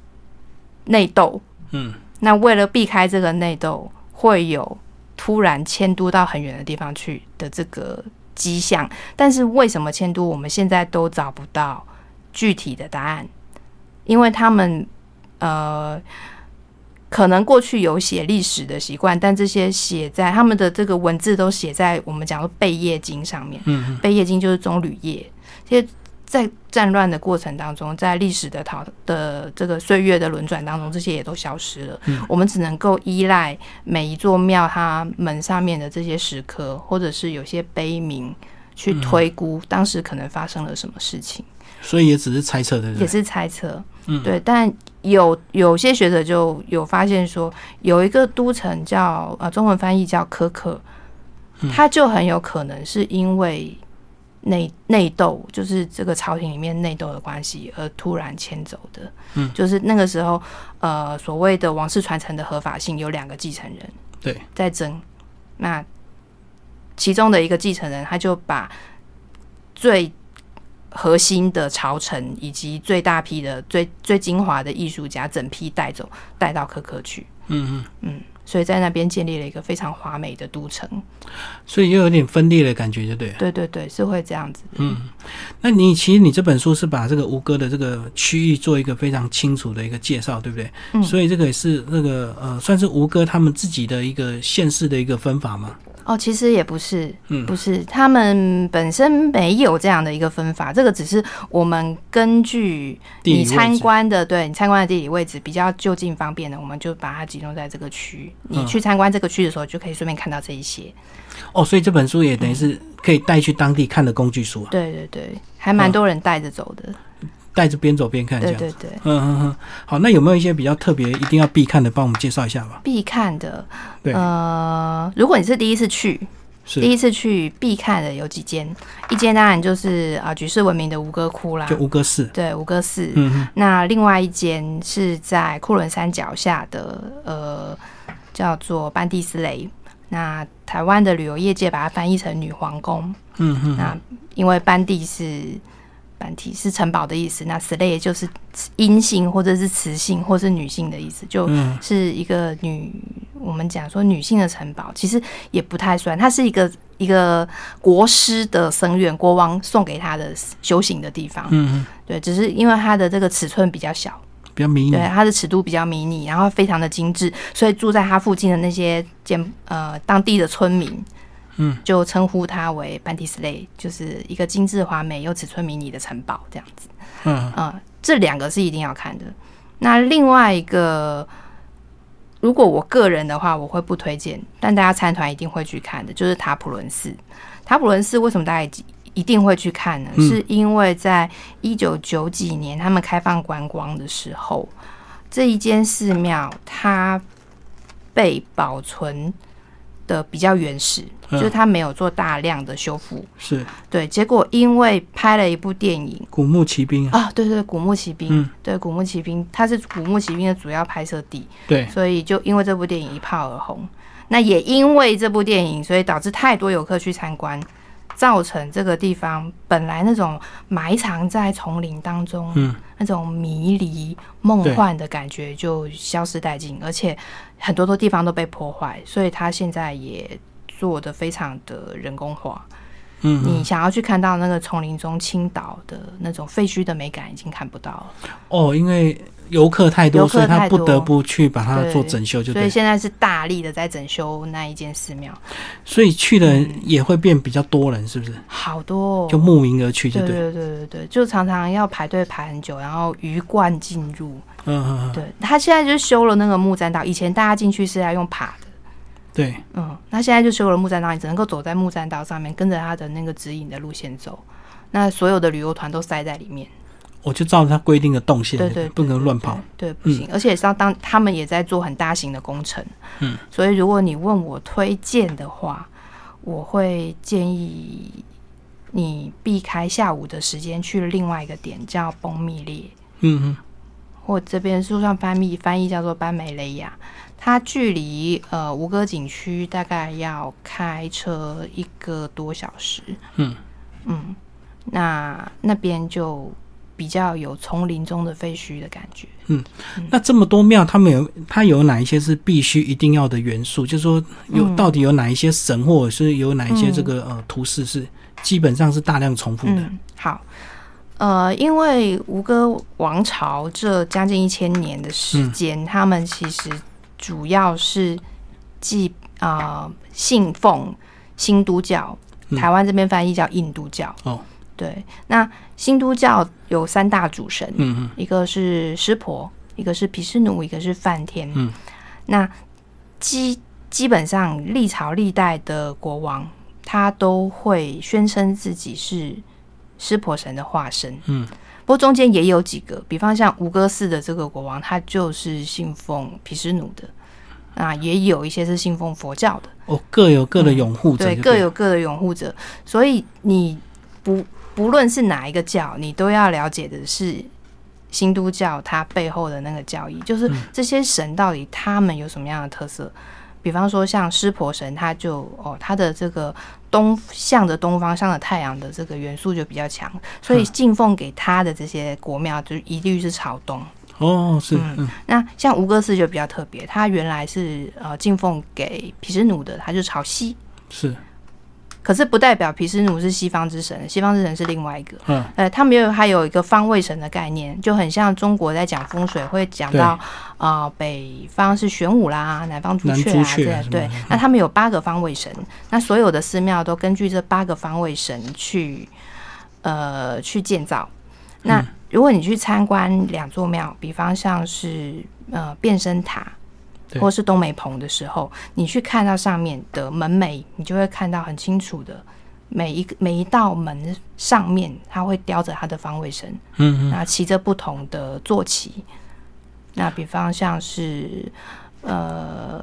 [SPEAKER 2] 内斗，
[SPEAKER 1] 嗯，
[SPEAKER 2] 那为了避开这个内斗，会有突然迁都到很远的地方去的这个迹象。但是为什么迁都，我们现在都找不到具体的答案，因为他们呃。可能过去有写历史的习惯，但这些写在他们的这个文字都写在我们讲的贝叶经上面。
[SPEAKER 1] 嗯嗯
[SPEAKER 2] 贝叶经就是棕榈叶，其实，在战乱的过程当中，在历史的淘的这个岁月的轮转当中，这些也都消失了。
[SPEAKER 1] 嗯
[SPEAKER 2] 我们只能够依赖每一座庙它门上面的这些石刻，或者是有些碑铭。去
[SPEAKER 1] 嗯
[SPEAKER 2] 推估当时可能发生了什么事情，
[SPEAKER 1] 所以也只是猜测的，对不
[SPEAKER 2] 也
[SPEAKER 1] 对
[SPEAKER 2] 是猜测。
[SPEAKER 1] 嗯
[SPEAKER 2] 对，但有有些学者就有发现说，有一个都城叫呃中文翻译叫可可，
[SPEAKER 1] 嗯
[SPEAKER 2] 它就很有可能是因为内内斗，就是这个朝廷里面内斗的关系而突然迁走的。
[SPEAKER 1] 嗯
[SPEAKER 2] 就是那个时候，呃，所谓的王室传承的合法性有两个继承人
[SPEAKER 1] 对，
[SPEAKER 2] 在争，那其中的一个继承人他就把最核心的朝臣以及最大批的最最精华的艺术家整批带走，带到可可去，
[SPEAKER 1] 嗯
[SPEAKER 2] 嗯，所以在那边建立了一个非常华美的都城。
[SPEAKER 1] 嗯，所以又有点分裂的感觉，就对了。
[SPEAKER 2] 对对对，是会这样子。
[SPEAKER 1] 嗯，那你其实你这本书是把这个吴哥的这个区域做一个非常清楚的一个介绍，对不对？
[SPEAKER 2] 嗯
[SPEAKER 1] 所以这个也是那个呃，算是吴哥他们自己的一个县市的一个分法嘛。
[SPEAKER 2] 哦，其实也不是，
[SPEAKER 1] 嗯
[SPEAKER 2] 不是，他们本身没有这样的一个分法，这个只是我们根据
[SPEAKER 1] 地理位
[SPEAKER 2] 你
[SPEAKER 1] 置
[SPEAKER 2] 参观的，对你参观的地理位置比较就近方便的，我们就把它集中在这个区。你
[SPEAKER 1] 嗯
[SPEAKER 2] 去参观这个区的时候，就可以顺便看到这一些。
[SPEAKER 1] 哦，所以这本书也等于是可以带去当地看的工具书啊，
[SPEAKER 2] 对对对，还蛮多人带着走的。
[SPEAKER 1] 带着边走边看这
[SPEAKER 2] 对
[SPEAKER 1] 样。
[SPEAKER 2] 对对，
[SPEAKER 1] 嗯嗯嗯，好，那有没有一些比较特别一定要必看的，帮我们介绍一下吧？
[SPEAKER 2] 必看的，
[SPEAKER 1] 对，
[SPEAKER 2] 呃，如果你是第一次去，
[SPEAKER 1] 是
[SPEAKER 2] 第一次去必看的有几间，一间当然就是啊、举世闻名的吴哥窟啦，
[SPEAKER 1] 就吴哥寺，
[SPEAKER 2] 对，吴哥寺。
[SPEAKER 1] 嗯哼，
[SPEAKER 2] 那另外一间是在库伦山脚下的，呃，叫做班蒂斯雷。那台湾的旅游业界把它翻译成女皇宫。
[SPEAKER 1] 嗯哼，
[SPEAKER 2] 那因为班蒂是班蒂是城堡的意思，那斯雷也就是阴性或者是雌性或是女性的意思，就
[SPEAKER 1] 嗯
[SPEAKER 2] 是一个女，我们讲说女性的城堡，其实也不太算，它是一个一个国师的僧院，国王送给他的修行的地方。
[SPEAKER 1] 嗯
[SPEAKER 2] 对，只是因为它的这个尺寸比较小，
[SPEAKER 1] 哼，比较迷你
[SPEAKER 2] 对，，它的尺度比较迷你，然后非常的精致，所以住在它附近的那些柬呃当地的村民，
[SPEAKER 1] 嗯，
[SPEAKER 2] 就称呼它为班蒂斯类，就是一个精致华美又尺寸迷你的城堡这样子。
[SPEAKER 1] 嗯
[SPEAKER 2] 呃，这两个是一定要看的。那另外一个，如果我个人的话，我会不推荐，但大家参团一定会去看的，就是塔普伦寺。塔普伦寺为什么大家一一定会去看呢？
[SPEAKER 1] 嗯
[SPEAKER 2] 是因为在一九九几年他们开放观光的时候，这一间寺庙它被保存的比较原始，
[SPEAKER 1] 嗯
[SPEAKER 2] 就是它没有做大量的修复。
[SPEAKER 1] 是
[SPEAKER 2] 对，结果因为拍了一部电影。
[SPEAKER 1] 古墓奇兵啊，
[SPEAKER 2] 啊，对对，古墓奇兵，
[SPEAKER 1] 嗯
[SPEAKER 2] 对古墓奇兵，它是古墓奇兵的主要拍摄地，
[SPEAKER 1] 对，
[SPEAKER 2] 所以就因为这部电影一炮而红。那也因为这部电影，所以导致太多游客去参观，造成这个地方本来那种埋藏在丛林当中、
[SPEAKER 1] 嗯
[SPEAKER 2] 那种迷离梦
[SPEAKER 1] 对
[SPEAKER 2] 幻的感觉就消失殆尽，而且很多多地方都被破坏，所以它现在也做的非常的人工化。
[SPEAKER 1] 嗯
[SPEAKER 2] 你
[SPEAKER 1] 嗯，
[SPEAKER 2] 想要去看到那个丛林中倾倒的那种废墟的美感，已经看不到了。
[SPEAKER 1] 哦，因为游客太多，
[SPEAKER 2] 游客
[SPEAKER 1] 所以他
[SPEAKER 2] 太
[SPEAKER 1] 不
[SPEAKER 2] 多
[SPEAKER 1] 得不去把它做
[SPEAKER 2] 对
[SPEAKER 1] 整修，就
[SPEAKER 2] 所
[SPEAKER 1] 对
[SPEAKER 2] 以
[SPEAKER 1] 了，
[SPEAKER 2] 现在是大力的在整修那一间寺庙，
[SPEAKER 1] 所以去的人也会变比较多人，是不是？
[SPEAKER 2] 好多、嗯哦、
[SPEAKER 1] 就慕名而去，就
[SPEAKER 2] 对
[SPEAKER 1] 对了，
[SPEAKER 2] 对对对对，就常常要排队排很久，然后鱼贯进入。
[SPEAKER 1] 嗯嗯嗯，
[SPEAKER 2] 对他现在就修了那个木栈道，以前大家进去是要用爬的，
[SPEAKER 1] 对，
[SPEAKER 2] 嗯，那现在就修了木栈道，你只能够走在木栈道上面，跟着他的那个指引的路线走。那所有的旅游团都塞在里面，
[SPEAKER 1] 我就照着他规定的动线，
[SPEAKER 2] 对
[SPEAKER 1] 就
[SPEAKER 2] 对，
[SPEAKER 1] 不能乱跑，
[SPEAKER 2] 对，对不行。而且像当他们也在做很大型的工程，
[SPEAKER 1] 嗯，
[SPEAKER 2] 所以如果你问我推荐的话，我会建议你避开下午的时间去另外一个点叫崩密列，
[SPEAKER 1] 嗯嗯，
[SPEAKER 2] 或这边书上翻译翻译叫做班梅雷亚，它距离呃吴哥景区大概要开车一个多小时。
[SPEAKER 1] 嗯
[SPEAKER 2] 嗯，那那边就比较有丛林中的废墟的感觉。
[SPEAKER 1] 那这么多庙，他们有它有哪一些是必须一定要的元素？就是说有、
[SPEAKER 2] 嗯
[SPEAKER 1] 到底有哪一些神，或者是有哪一些这个、呃图示是基本上是大量重复的？
[SPEAKER 2] 嗯，好。呃，因为吴哥王朝这将近一千年的
[SPEAKER 1] 嗯
[SPEAKER 2] 时间，他们其实主要是祭啊、呃信奉新都教，
[SPEAKER 1] 嗯
[SPEAKER 2] 台湾这边翻译叫印度教。
[SPEAKER 1] 哦，
[SPEAKER 2] 对，那新都教有三大主神，
[SPEAKER 1] 嗯嗯
[SPEAKER 2] 一个是湿婆，一个是毗湿奴，一个是梵天。
[SPEAKER 1] 嗯，
[SPEAKER 2] 那基基本上历朝历代的国王，他都会宣称自己是湿婆神的化身。
[SPEAKER 1] 嗯，
[SPEAKER 2] 不过中间也有几个，比方像吴哥寺的这个国王，他就是信奉毗湿奴的。啊，也有一些是信奉佛教的，
[SPEAKER 1] 哦，各有各的拥护者
[SPEAKER 2] 嗯对，
[SPEAKER 1] 就
[SPEAKER 2] 各
[SPEAKER 1] 对了，
[SPEAKER 2] 有各的拥护者，所以你不不论是哪一个教，你都要了解的是新都教它背后的那个教义，就是
[SPEAKER 1] 嗯
[SPEAKER 2] 这些神到底他们有什么样的特色。比方说像湿婆神，他就哦，他的这个东向着东方向着太阳的这个元素就比较强，所以
[SPEAKER 1] 嗯
[SPEAKER 2] 敬奉给他的这些国庙就一律是朝东。
[SPEAKER 1] 哦，是，
[SPEAKER 2] 嗯
[SPEAKER 1] 嗯
[SPEAKER 2] 那像吴哥寺就比较特别，他原来是呃敬奉给毗湿奴的，他就朝西。
[SPEAKER 1] 是，嗯
[SPEAKER 2] 可是不代表毗湿奴是西方之神，西方之神是另外一个。
[SPEAKER 1] 嗯
[SPEAKER 2] 呃，他们有还有一个方位神的概念，就很像中国在讲风水会讲到啊、呃北方是玄武啦，南方朱
[SPEAKER 1] 南
[SPEAKER 2] 雀
[SPEAKER 1] 朱
[SPEAKER 2] 啊，
[SPEAKER 1] 雀
[SPEAKER 2] 这
[SPEAKER 1] 啊
[SPEAKER 2] 样
[SPEAKER 1] 什么
[SPEAKER 2] 对
[SPEAKER 1] 的。
[SPEAKER 2] 那他们有八个方位神，那所有的寺庙都根据这八个方位神去呃去建造。
[SPEAKER 1] 嗯
[SPEAKER 2] 那如果你去参观两座庙，比方像是呃变身塔，
[SPEAKER 1] 对
[SPEAKER 2] 或是东梅棚的时候，你去看到上面的门楣，你就会看到很清楚的每一个每一道门上面，它会雕着它的方位神，
[SPEAKER 1] 嗯嗯
[SPEAKER 2] 那骑着不同的坐骑。那比方像是呃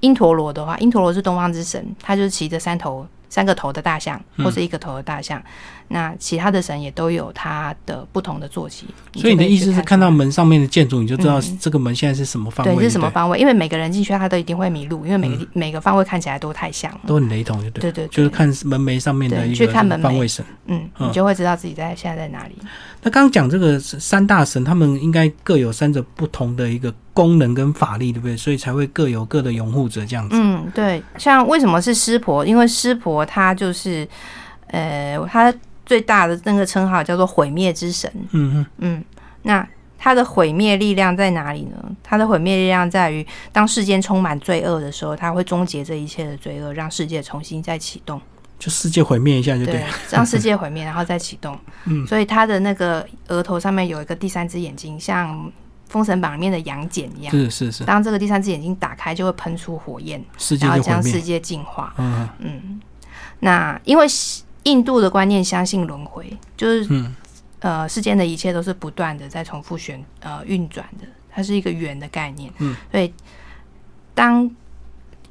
[SPEAKER 2] 因陀罗的话，因陀罗是东方之神，他就是骑着三头三个头的大象
[SPEAKER 1] 嗯
[SPEAKER 2] 或者一个头的大象。那其他的神也都有他的不同的坐骑。
[SPEAKER 1] 所以你的意思是看到
[SPEAKER 2] 门。
[SPEAKER 1] 门上面的建筑，你就知道
[SPEAKER 2] 嗯
[SPEAKER 1] 这个门现在是什么方位，
[SPEAKER 2] 对，是什么
[SPEAKER 1] 不
[SPEAKER 2] 方位？因为每个人进去，他都一定会迷路，因为每个地、每个方位看起来都太像了。
[SPEAKER 1] 都很雷同，就对。
[SPEAKER 2] 对对对，
[SPEAKER 1] 就是看门楣上面的
[SPEAKER 2] 对
[SPEAKER 1] 一
[SPEAKER 2] 去
[SPEAKER 1] 个
[SPEAKER 2] 看门楣
[SPEAKER 1] 方位神。
[SPEAKER 2] 嗯，
[SPEAKER 1] 嗯
[SPEAKER 2] 你就会知道自己在现在在哪里。
[SPEAKER 1] 那刚刚讲这个三大神，他们应该各有三种不同的一个功能跟法力，对不对？所以才会各有各的拥护者这样子。
[SPEAKER 2] 嗯，对，像为什么是湿婆？因为湿婆他就是，呃，他最大的那个称号叫做毁灭之神。
[SPEAKER 1] 嗯嗯
[SPEAKER 2] 嗯，那他的毁灭力量在哪里呢？他的毁灭力量在于，当世间充满罪恶的时候，他会终结这一切的罪恶，让世界重新再启动。
[SPEAKER 1] 就世界毁灭一下就对
[SPEAKER 2] 对
[SPEAKER 1] 了。，
[SPEAKER 2] 让世界毁灭，然后再启动。
[SPEAKER 1] 嗯
[SPEAKER 2] 所以他的那个额头上面有一个第三只眼睛，像《封神榜》里面的杨戬一样。
[SPEAKER 1] 是是是，
[SPEAKER 2] 当这个第三只眼睛打开，就会喷出火焰，
[SPEAKER 1] 世界
[SPEAKER 2] 然后
[SPEAKER 1] 就毁
[SPEAKER 2] 将世
[SPEAKER 1] 灭。
[SPEAKER 2] 界净化。
[SPEAKER 1] 嗯
[SPEAKER 2] 嗯，那因为印度的观念相信轮回，就是
[SPEAKER 1] 嗯
[SPEAKER 2] 呃世间的一切都是不断的在重复旋呃运转的，它是一个圆的概念。
[SPEAKER 1] 嗯，
[SPEAKER 2] 所以当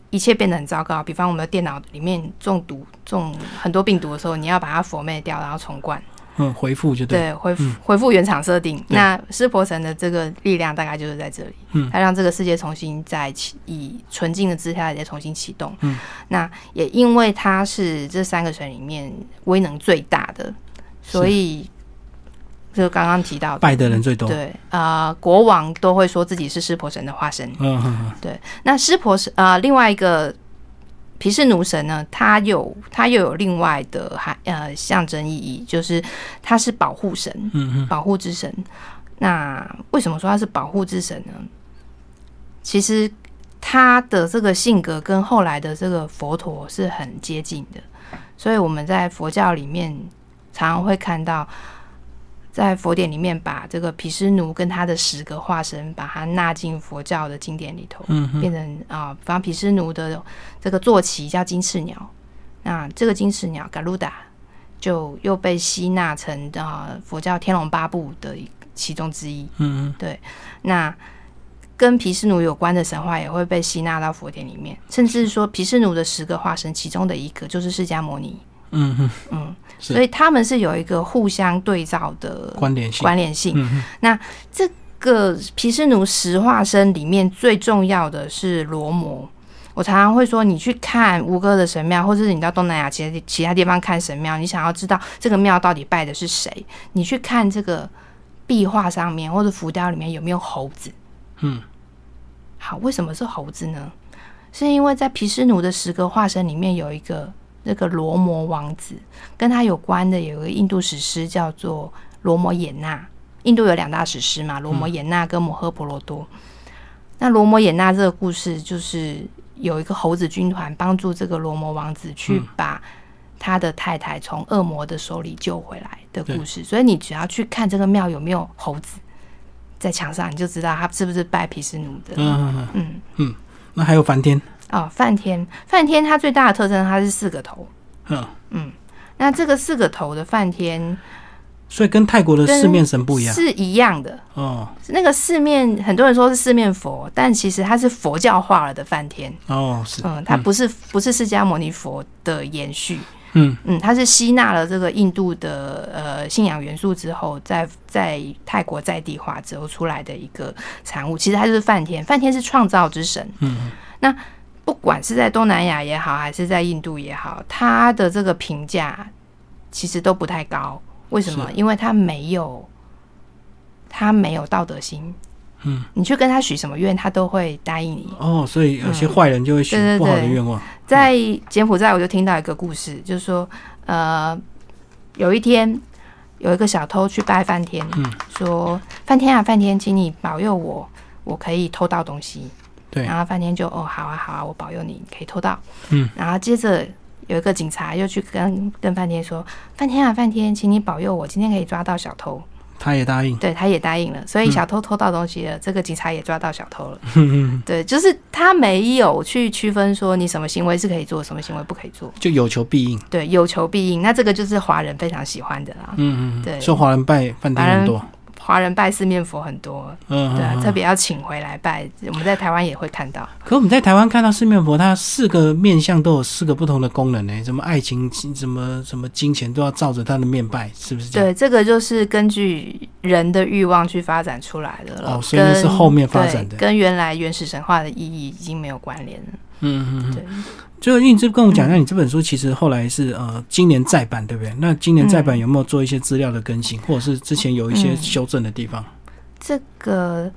[SPEAKER 2] 一切变得很糟糕，比方我们的电脑里面中毒中很多病毒的时候，你要把它 format 掉，然后重灌，
[SPEAKER 1] 嗯，回复就对。
[SPEAKER 2] 对，恢复
[SPEAKER 1] 嗯
[SPEAKER 2] 恢复原厂设定。
[SPEAKER 1] 对
[SPEAKER 2] 那湿婆神的这个力量大概就是在这里，
[SPEAKER 1] 嗯
[SPEAKER 2] 它让这个世界重新再启，以纯净的姿态再重新启动。
[SPEAKER 1] 嗯，
[SPEAKER 2] 那也因为它是这三个神里面威能最大的，所以就刚刚提到的
[SPEAKER 1] 拜的人最多。嗯
[SPEAKER 2] 对啊、呃国王都会说自己是湿婆神的化身。
[SPEAKER 1] 嗯嗯，
[SPEAKER 2] 那湿婆神啊、呃另外一个毗湿奴神呢，它有它又有另外的含呃象征意义，就是它是保护神。
[SPEAKER 1] 嗯嗯
[SPEAKER 2] 保护之神。那为什么说他是保护之神呢？其实他的这个性格跟后来的这个佛陀是很接近的，所以我们在佛教里面常常会看到，在佛典里面把这个毗湿奴跟他的十个化身，把它纳进佛教的经典里头。
[SPEAKER 1] 嗯嗯，
[SPEAKER 2] 变成啊、比方毗湿奴的这个坐骑叫金翅鸟，那这个金翅鸟 Garuda 就又被吸纳成啊、佛教《天龙八部》的一其中之一。
[SPEAKER 1] 嗯嗯，
[SPEAKER 2] 那跟毗湿奴有关的神话也会被吸纳到佛典里面，甚至说毗湿奴的十个化身其中的一个就是释迦牟尼。
[SPEAKER 1] 嗯嗯，
[SPEAKER 2] 嗯，
[SPEAKER 1] 是
[SPEAKER 2] 所以他们是有一个互相对照的
[SPEAKER 1] 关联性。
[SPEAKER 2] 关联性。
[SPEAKER 1] 嗯嗯
[SPEAKER 2] 这个毗湿奴十化身里面最重要的是罗摩。我常常会说，你去看吴哥的神庙，或者是你到东南亚其他地其他地方看神庙，你想要知道这个庙到底拜的是谁，你去看这个壁画上面或者浮雕里面有没有猴子。
[SPEAKER 1] 嗯，
[SPEAKER 2] 好，为什么是猴子呢？是因为在毗湿奴的十个化身里面有一个那个罗摩王子，跟他有关的有一个印度史诗叫做罗摩衍那。印度有两大史诗嘛，罗摩衍那跟摩诃婆罗多。那罗摩衍那这个故事就是有一个猴子军团帮助这个罗摩王子去
[SPEAKER 1] 嗯
[SPEAKER 2] 把他的太太从恶魔的手里救回来的故事。所以你只要去看这个庙有没有猴子在墙上，你就知道他是不是拜毗湿奴的。
[SPEAKER 1] 嗯嗯，
[SPEAKER 2] 嗯
[SPEAKER 1] 嗯那还有梵天。
[SPEAKER 2] 哦，梵天，梵天它最大的特征它是四个头。
[SPEAKER 1] 嗯，
[SPEAKER 2] 那这个四个头的梵天
[SPEAKER 1] 所以跟泰国的
[SPEAKER 2] 跟
[SPEAKER 1] 四面神不一样。
[SPEAKER 2] 是一样的，
[SPEAKER 1] 哦
[SPEAKER 2] 那个四面很多人说是四面佛，但其实它是佛教化了的梵天，
[SPEAKER 1] 哦是。
[SPEAKER 2] 嗯，它不是不是释迦牟尼佛的延续，
[SPEAKER 1] 嗯
[SPEAKER 2] 嗯，它是吸纳了这个印度的呃信仰元素之后，在在泰国在地化之后出来的一个产物。其实它就是梵天，梵天是创造之神。
[SPEAKER 1] 嗯，
[SPEAKER 2] 那不管是在东南亚也好，还是在印度也好，它的这个评价其实都不太高。为什么？
[SPEAKER 1] 是
[SPEAKER 2] 因为它没有，它没有道德心。
[SPEAKER 1] 嗯，
[SPEAKER 2] 你去跟他许什么愿，他都会答应你。
[SPEAKER 1] 哦，所以有些坏人就会许
[SPEAKER 2] 嗯对对
[SPEAKER 1] 不好的
[SPEAKER 2] 对
[SPEAKER 1] 愿望。
[SPEAKER 2] 在柬埔寨，我就听到一个故事，就是说，呃，有一天有一个小偷去拜梵天，
[SPEAKER 1] 嗯
[SPEAKER 2] 说：“梵天啊，梵天，请你保佑我，我可以偷到东西。”
[SPEAKER 1] 对
[SPEAKER 2] 然后梵天就：“哦，好啊，好啊，我保佑你，你可以偷到。”
[SPEAKER 1] 嗯，
[SPEAKER 2] 然后接着有一个警察又去跟跟梵天说：“梵天啊，梵天，请你保佑我，今天可以抓到小偷。”
[SPEAKER 1] 他也答应，
[SPEAKER 2] 对，他也答应了，所
[SPEAKER 1] 嗯
[SPEAKER 2] 以小偷偷到东西了，这个警察也抓到 小偷了。对，就是他没有去区分说你什么行为是可以做，什么行为不可以做。
[SPEAKER 1] 就有求必应。
[SPEAKER 2] 对，有求必应，那这个就是华人非常喜欢的啦。
[SPEAKER 1] 嗯嗯，
[SPEAKER 2] 对
[SPEAKER 1] 嗯，说华人拜饭店很多，
[SPEAKER 2] 华人拜四面佛很多，
[SPEAKER 1] 嗯，
[SPEAKER 2] 对啊
[SPEAKER 1] 嗯，
[SPEAKER 2] 特。别要请回来拜，我们在台湾也会看到。
[SPEAKER 1] 嗯可我们在台湾看到四面佛，它四个面相都有四个不同的功能呢、什么爱情、什么什么金钱，都要照着它的面拜，是不是这样？
[SPEAKER 2] 对，这个就是根据人的欲望去发展出来的了。
[SPEAKER 1] 哦所以那是
[SPEAKER 2] 跟
[SPEAKER 1] 后面发展的
[SPEAKER 2] 对跟原来原始神话的意义已经没有关联了。
[SPEAKER 1] 嗯嗯嗯。
[SPEAKER 2] 对，
[SPEAKER 1] 就因为你这跟我讲一下，你这本书其实后来是呃今年再版，对不对？那今年再版
[SPEAKER 2] 嗯
[SPEAKER 1] 有没有做一些资料的更新，或者是之前有一些
[SPEAKER 2] 嗯
[SPEAKER 1] 修正的地方？
[SPEAKER 2] 这个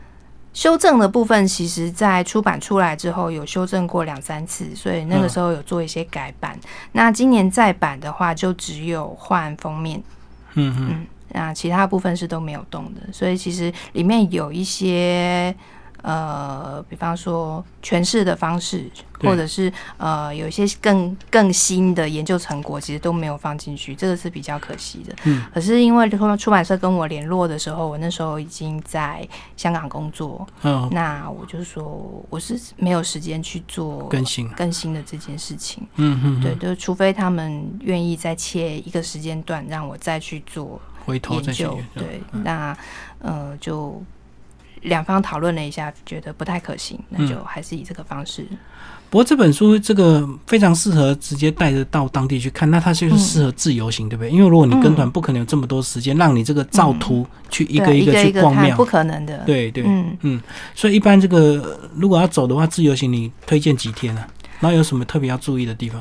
[SPEAKER 2] 修正的部分，其实在出版出来之后有修正过两三次，所以那个时候有做一些改版。那今年再版的话，就只有换封面，
[SPEAKER 1] 嗯嗯
[SPEAKER 2] 嗯，那其他部分是都没有动的。所以其实里面有一些。呃，比方说诠释的方式，
[SPEAKER 1] 对
[SPEAKER 2] 或者是呃有一些更更新的研究成果，其实都没有放进去，这个是比较可惜的。
[SPEAKER 1] 嗯，
[SPEAKER 2] 可是因为出出版社跟我联络的时候，我那时候已经在香港工作，
[SPEAKER 1] 嗯，
[SPEAKER 2] 那我就说我是没有时间去做
[SPEAKER 1] 更新。
[SPEAKER 2] 更新的这件事情。
[SPEAKER 1] 嗯嗯，
[SPEAKER 2] 对，
[SPEAKER 1] 嗯，
[SPEAKER 2] 就是除非他们愿意再切一个时间段让我再去做
[SPEAKER 1] 回头
[SPEAKER 2] 研
[SPEAKER 1] 再去
[SPEAKER 2] 究
[SPEAKER 1] 研，究嗯
[SPEAKER 2] 对，那呃就。两方讨论了一下，觉得不太可行，
[SPEAKER 1] 嗯
[SPEAKER 2] 那就还是以这个方式。
[SPEAKER 1] 不过这本书这个非常适合直接带着到当地去看，那它就是
[SPEAKER 2] 嗯
[SPEAKER 1] 适合自由行，对不对？因为如果你跟团，
[SPEAKER 2] 嗯
[SPEAKER 1] 不可能有这么多时间让你这个照图去一
[SPEAKER 2] 对啊
[SPEAKER 1] 个
[SPEAKER 2] 一
[SPEAKER 1] 个去
[SPEAKER 2] 一个
[SPEAKER 1] 逛
[SPEAKER 2] 看，
[SPEAKER 1] 庙
[SPEAKER 2] 不。可能的。，
[SPEAKER 1] 对对，
[SPEAKER 2] 嗯，
[SPEAKER 1] 所以一般这个呃如果要走的话，自由行你推荐几天啊？然后有什么特别要注意的地方？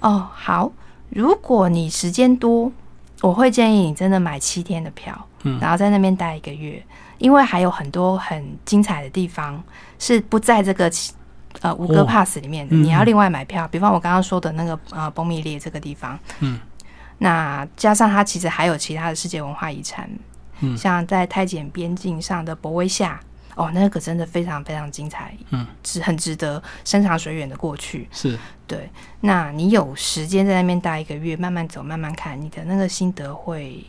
[SPEAKER 2] 哦，好，如果你时间多，我会建议你真的买七天的票，
[SPEAKER 1] 嗯
[SPEAKER 2] 然后在那边待一个月，因为还有很多很精彩的地方是不在这个其。呃，五
[SPEAKER 1] 哦
[SPEAKER 2] 个 pass 里面的，
[SPEAKER 1] 嗯
[SPEAKER 2] 你要另外买票。比方我刚刚说的那个呃，崩密列这个地方，
[SPEAKER 1] 嗯，
[SPEAKER 2] 那加上它其实还有其他的世界文化遗产，
[SPEAKER 1] 嗯
[SPEAKER 2] 像在太检边境上的博威夏，哦，那个真的非常非常精彩，
[SPEAKER 1] 嗯，
[SPEAKER 2] 值很值得深藏水远的过去。
[SPEAKER 1] 是，
[SPEAKER 2] 那你有时间在那边待一个月，慢慢走，慢慢看，你的那个心得会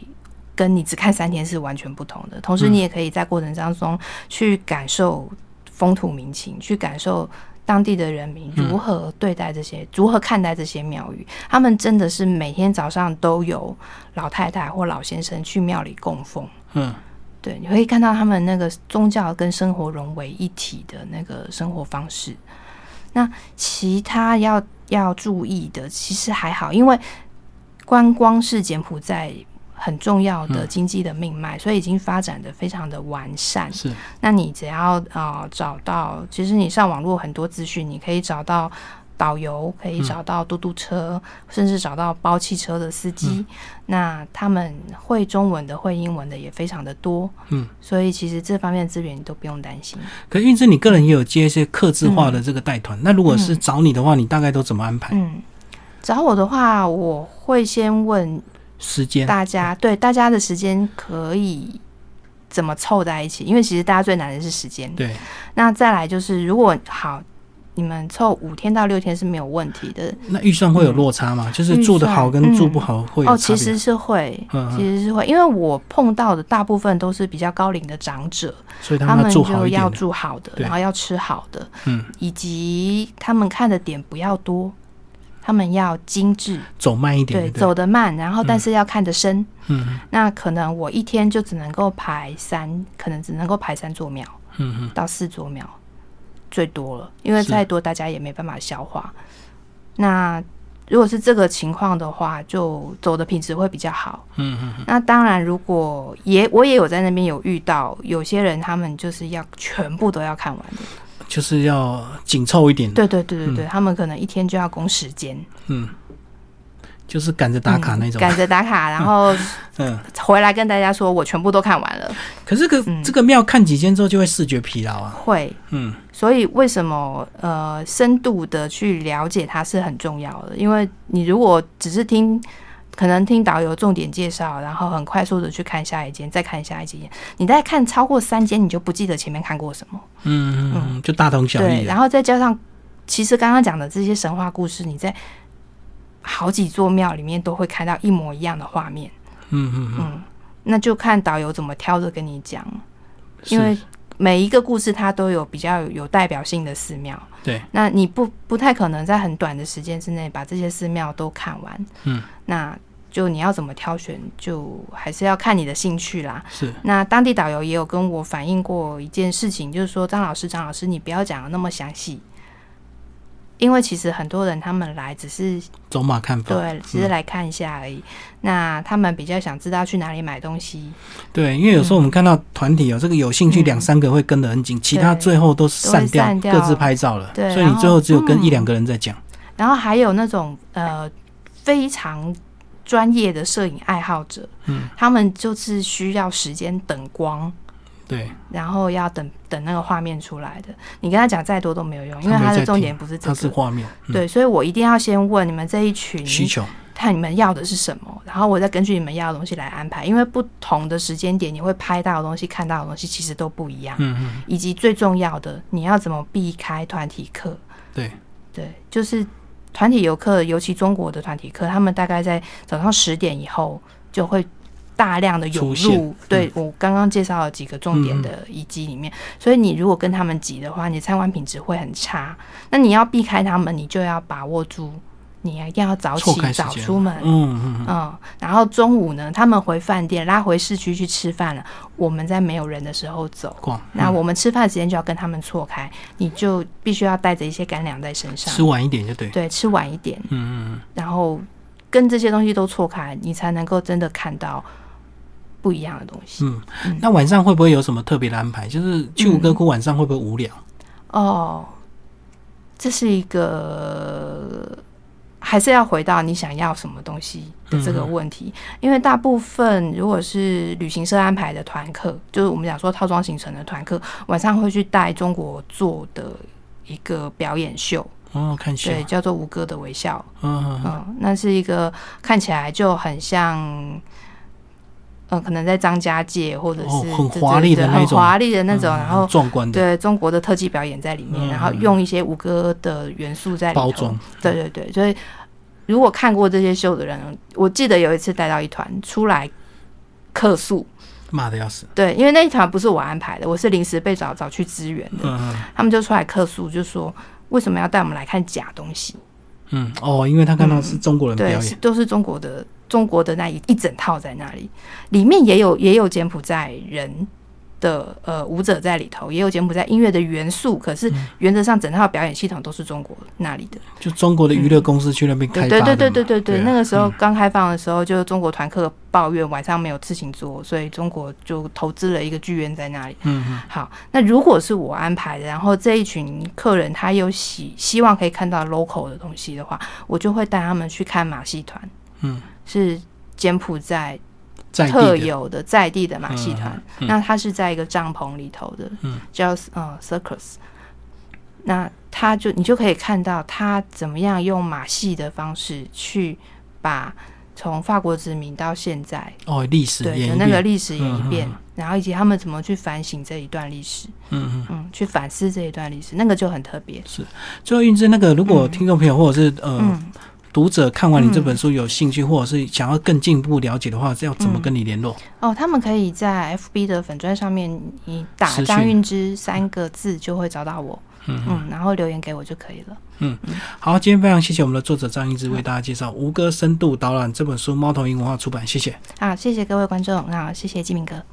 [SPEAKER 2] 跟你只看三天是完全不同的。同时，
[SPEAKER 1] 嗯
[SPEAKER 2] 你也可以在过程当中去感受风土民情，去感受当地的人民
[SPEAKER 1] 嗯
[SPEAKER 2] 如何对待这些，如何看待这些庙宇。他们真的是每天早上都有老太太或老先生去庙里供奉。
[SPEAKER 1] 嗯
[SPEAKER 2] 对，你会看到他们那个宗教跟生活融为一体的那个生活方式。那其他要要注意的，其实还好，因为观光是柬埔寨很重要的
[SPEAKER 1] 嗯
[SPEAKER 2] 经济的命脉，所以已经发展的非常的完善。
[SPEAKER 1] 是，
[SPEAKER 2] 那你只要呃找到，其实你上网络很多资讯，你可以找到导游，可以
[SPEAKER 1] 嗯
[SPEAKER 2] 找到嘟嘟车，甚至找到包汽车的司机。
[SPEAKER 1] 嗯
[SPEAKER 2] 那他们会中文的、会英文的也非常的多，
[SPEAKER 1] 嗯，
[SPEAKER 2] 所以其实这方面的资源你都不用担心。
[SPEAKER 1] 可运之，你个人也有接一些客制化的这个带团，那如果是找你的话，你大概都怎么安排
[SPEAKER 2] 嗯，找我的话，我会先问
[SPEAKER 1] 时间？
[SPEAKER 2] 大家，对大家的时间可以怎么凑在一起，因为其实大家最难的是时间。
[SPEAKER 1] 对，
[SPEAKER 2] 那再来就是，如果好，你们凑五天到六天是没有问题的。
[SPEAKER 1] 那预算会有落差
[SPEAKER 2] 嗯
[SPEAKER 1] 吗？就是住的好跟住不好会有
[SPEAKER 2] 哦，
[SPEAKER 1] 差
[SPEAKER 2] 其
[SPEAKER 1] 别？
[SPEAKER 2] 实是会，
[SPEAKER 1] 嗯嗯
[SPEAKER 2] 其实是会，因为我碰到的大部分都是比较高龄的长者，
[SPEAKER 1] 所以他
[SPEAKER 2] 他
[SPEAKER 1] 们要
[SPEAKER 2] 们
[SPEAKER 1] 住好
[SPEAKER 2] 就
[SPEAKER 1] 一点
[SPEAKER 2] 要
[SPEAKER 1] 的。
[SPEAKER 2] 住好的，
[SPEAKER 1] 对
[SPEAKER 2] 然后要吃好的，
[SPEAKER 1] 嗯，
[SPEAKER 2] 以及他们看的点不要多，他们要精致，
[SPEAKER 1] 走慢一点
[SPEAKER 2] 对，
[SPEAKER 1] 的，
[SPEAKER 2] 走得慢，然后
[SPEAKER 1] 嗯
[SPEAKER 2] 但是要看得深。
[SPEAKER 1] 嗯
[SPEAKER 2] 那可能我一天就只能够排三，可能只能够排三座庙
[SPEAKER 1] 嗯嗯
[SPEAKER 2] 到四座庙，最多了，因为
[SPEAKER 1] 是
[SPEAKER 2] 再多大家也没办法消化。那如果是这个情况的话，就走的品质会比较好。
[SPEAKER 1] 嗯嗯嗯，
[SPEAKER 2] 那当然，如果也我也有在那边有遇到有些人，他们就是要全部都要看完的。
[SPEAKER 1] 嗯就是要紧凑一点，
[SPEAKER 2] 对对对对对，他们可能一天就要工时间
[SPEAKER 1] 嗯，就是赶着打卡那
[SPEAKER 2] 嗯
[SPEAKER 1] 种，
[SPEAKER 2] 赶着打卡，然后
[SPEAKER 1] 嗯。
[SPEAKER 2] 回来跟大家说我全部都看完了。
[SPEAKER 1] 可是个
[SPEAKER 2] 嗯
[SPEAKER 1] 这个庙看几间之后就会视觉疲劳啊，
[SPEAKER 2] 会，
[SPEAKER 1] 嗯
[SPEAKER 2] 所以为什么呃深度的去了解它是很重要的？因为你如果只是听。可能听导游重点介绍，然后很快速的去看下一间，再看下一间。你再看超过三间，你就不记得前面看过什么。
[SPEAKER 1] 嗯嗯嗯，就大同小
[SPEAKER 2] 对，
[SPEAKER 1] 异
[SPEAKER 2] 然
[SPEAKER 1] 了。
[SPEAKER 2] 后再加上，其实刚刚讲的这些神话故事，你在好几座庙里面都会看到一模一样的画面。
[SPEAKER 1] 嗯嗯嗯，
[SPEAKER 2] 嗯，那就看导游怎么挑着跟你讲，因
[SPEAKER 1] 是
[SPEAKER 2] 为每一个故事它都有比较有代表性的寺庙。
[SPEAKER 1] 对，
[SPEAKER 2] 那你不不太可能在很短的时间之内把这些寺庙都看完。
[SPEAKER 1] 嗯，
[SPEAKER 2] 那就你要怎么挑选，就还是要看你的兴趣啦。
[SPEAKER 1] 是
[SPEAKER 2] 那当地导游也有跟我反映过一件事情，就是说张老师，张老师，你不要讲的那么详细，因为其实很多人他们来只是
[SPEAKER 1] 走马看花。
[SPEAKER 2] 对，只是来看一下而已。那他们比较想知道去哪里买东西，
[SPEAKER 1] 对，因为有时候我们看到团体哦，这个有兴趣
[SPEAKER 2] 嗯
[SPEAKER 1] 两三个会跟得很紧，其他
[SPEAKER 2] 对
[SPEAKER 1] 最后都是
[SPEAKER 2] 都会
[SPEAKER 1] 散掉，
[SPEAKER 2] 散掉
[SPEAKER 1] 各自拍照了。
[SPEAKER 2] 对
[SPEAKER 1] 所以你
[SPEAKER 2] 然后
[SPEAKER 1] 最后只有跟
[SPEAKER 2] 嗯
[SPEAKER 1] 一两个人在讲。
[SPEAKER 2] 然后还有那种呃非常专业的摄影爱好者，
[SPEAKER 1] 嗯，
[SPEAKER 2] 他们就是需要时间等光，
[SPEAKER 1] 对，
[SPEAKER 2] 然后要等等那个画面出来的。你跟他讲再多都没有用，因为
[SPEAKER 1] 他没
[SPEAKER 2] 他
[SPEAKER 1] 在
[SPEAKER 2] 的重
[SPEAKER 1] 听
[SPEAKER 2] 点不是这
[SPEAKER 1] 它是
[SPEAKER 2] 个。
[SPEAKER 1] 画面，嗯、
[SPEAKER 2] 对，所以我一定要先问你们这一群
[SPEAKER 1] 需求，
[SPEAKER 2] 看你们要的是什么，然后我再根据你们要的东西来安排，因为不同的时间点你会拍到的东西、看到的东西其实都不一样，
[SPEAKER 1] 嗯嗯，
[SPEAKER 2] 以及最重要的，你要怎么避开团体课？
[SPEAKER 1] 对
[SPEAKER 2] 对，就是团体游客，尤其中国的团体客，他们大概在早上十点以后就会大量的涌
[SPEAKER 1] 出现嗯
[SPEAKER 2] 入。对、我刚刚介绍了几个重点的遗迹里面，所以你如果跟他们挤的话，你参观品质会很差。那你要避开他们，你就要把握住，你一定要早
[SPEAKER 1] 错
[SPEAKER 2] 起
[SPEAKER 1] 开时
[SPEAKER 2] 早
[SPEAKER 1] 间
[SPEAKER 2] 出门。
[SPEAKER 1] 嗯嗯嗯，
[SPEAKER 2] 嗯，然后中午呢，他们回饭店拉回市区去吃饭了，我们在没有人的时候走。
[SPEAKER 1] 逛。
[SPEAKER 2] 那
[SPEAKER 1] 嗯
[SPEAKER 2] 我们吃饭时间就要跟他们错开，你就必须要带着一些干粮在身上，
[SPEAKER 1] 吃晚一点就对。
[SPEAKER 2] 对，吃晚一点，
[SPEAKER 1] 嗯嗯
[SPEAKER 2] 然后跟这些东西都错开，你才能够真的看到不一样的东西。
[SPEAKER 1] 嗯嗯，那晚上会不会有什么特别的安排？就是去五
[SPEAKER 2] 嗯
[SPEAKER 1] 哥窟晚上会不会无聊？
[SPEAKER 2] 哦，这是一个还是要回到你想要什么东西的这个问题，
[SPEAKER 1] 嗯
[SPEAKER 2] 因为大部分如果是旅行社安排的团客，就是我们讲说套装行程的团客，晚上会去带中国做的一个表演秀，
[SPEAKER 1] 哦，看秀，
[SPEAKER 2] 对，叫做《吴哥的微笑》。
[SPEAKER 1] 嗯嗯
[SPEAKER 2] 嗯，那是一个看起来就很像，嗯，可能在张家界或者是、
[SPEAKER 1] 哦
[SPEAKER 2] 对
[SPEAKER 1] 很
[SPEAKER 2] 对
[SPEAKER 1] 华丽
[SPEAKER 2] 对
[SPEAKER 1] 的那
[SPEAKER 2] 很
[SPEAKER 1] 种
[SPEAKER 2] 华丽的那种，
[SPEAKER 1] 嗯
[SPEAKER 2] 然后
[SPEAKER 1] 壮观的
[SPEAKER 2] 对中国的特技表演在里面，
[SPEAKER 1] 嗯
[SPEAKER 2] 然后用一些吴哥的元素在里
[SPEAKER 1] 包
[SPEAKER 2] 头
[SPEAKER 1] 装，
[SPEAKER 2] 对对对，所以如果看过这些秀的人，我记得有一次带到一团出来客诉，
[SPEAKER 1] 骂的要死。
[SPEAKER 2] 对，因为那一团不是我安排的，我是临时被找找去支援的，
[SPEAKER 1] 嗯嗯
[SPEAKER 2] 他们就出来客诉，就说为什么要带我们来看假东西？
[SPEAKER 1] 嗯，哦，因为他看到是中国人
[SPEAKER 2] 嗯对，
[SPEAKER 1] 表
[SPEAKER 2] 是
[SPEAKER 1] 演，
[SPEAKER 2] 都是中国的中国的那一一整套在那里，里面也有也有柬埔寨人的呃舞者在里头，也有柬埔寨音乐的元素，可
[SPEAKER 1] 嗯
[SPEAKER 2] 是原则上整套表演系统都是中国那里的。
[SPEAKER 1] 就中国的娱乐公司去那边开
[SPEAKER 2] 对
[SPEAKER 1] 发的
[SPEAKER 2] 嗯对
[SPEAKER 1] 嘛。
[SPEAKER 2] 对对对对对，
[SPEAKER 1] 啊
[SPEAKER 2] 那个时候
[SPEAKER 1] 嗯
[SPEAKER 2] 刚开放的时候，就是中国团客抱怨晚上没有事情做，所以中国就投资了一个剧院在那里。
[SPEAKER 1] 嗯嗯
[SPEAKER 2] 好，那如果是我安排的，然后这一群客人他有希希望可以看到 local 的东西的话，我就会带他们去看马戏团。
[SPEAKER 1] 嗯，
[SPEAKER 2] 是柬埔寨
[SPEAKER 1] 在地
[SPEAKER 2] 特
[SPEAKER 1] 的
[SPEAKER 2] 有的在地的马戏团，
[SPEAKER 1] 嗯嗯
[SPEAKER 2] 那它是在一个帐篷里头的，
[SPEAKER 1] 嗯
[SPEAKER 2] 叫呃 circus。那他就你就可以看到他怎么样用马戏的方式去把从法国殖民到现在
[SPEAKER 1] 哦，历史
[SPEAKER 2] 对
[SPEAKER 1] 演
[SPEAKER 2] 的
[SPEAKER 1] 一
[SPEAKER 2] 那个
[SPEAKER 1] 遍，
[SPEAKER 2] 历史演一遍，
[SPEAKER 1] 嗯嗯
[SPEAKER 2] 然后以及他们怎么去反省这一段历史，
[SPEAKER 1] 嗯嗯。
[SPEAKER 2] 嗯，去反思这一段历史，那个就很特别。
[SPEAKER 1] 最后运之那个，如果听众朋友或者是呃
[SPEAKER 2] 嗯，
[SPEAKER 1] 读者看完你这本书有兴趣，或者是想要更进一步了解的话，是要怎
[SPEAKER 2] 嗯
[SPEAKER 1] 么跟你联络？
[SPEAKER 2] 哦，他们可以在 FB 的粉砖上面，你打
[SPEAKER 1] 私
[SPEAKER 2] “张
[SPEAKER 1] 讯
[SPEAKER 2] 运之”三个字就会找到我。
[SPEAKER 1] 嗯
[SPEAKER 2] 嗯，然后留言给我就可以了。
[SPEAKER 1] 好，今天非常谢谢我们的作者张一之为大家介绍《吴哥深度导览》这本书，猫头鹰文化出版，谢谢。
[SPEAKER 2] 啊，谢谢各位观众，啊，谢谢季明哥。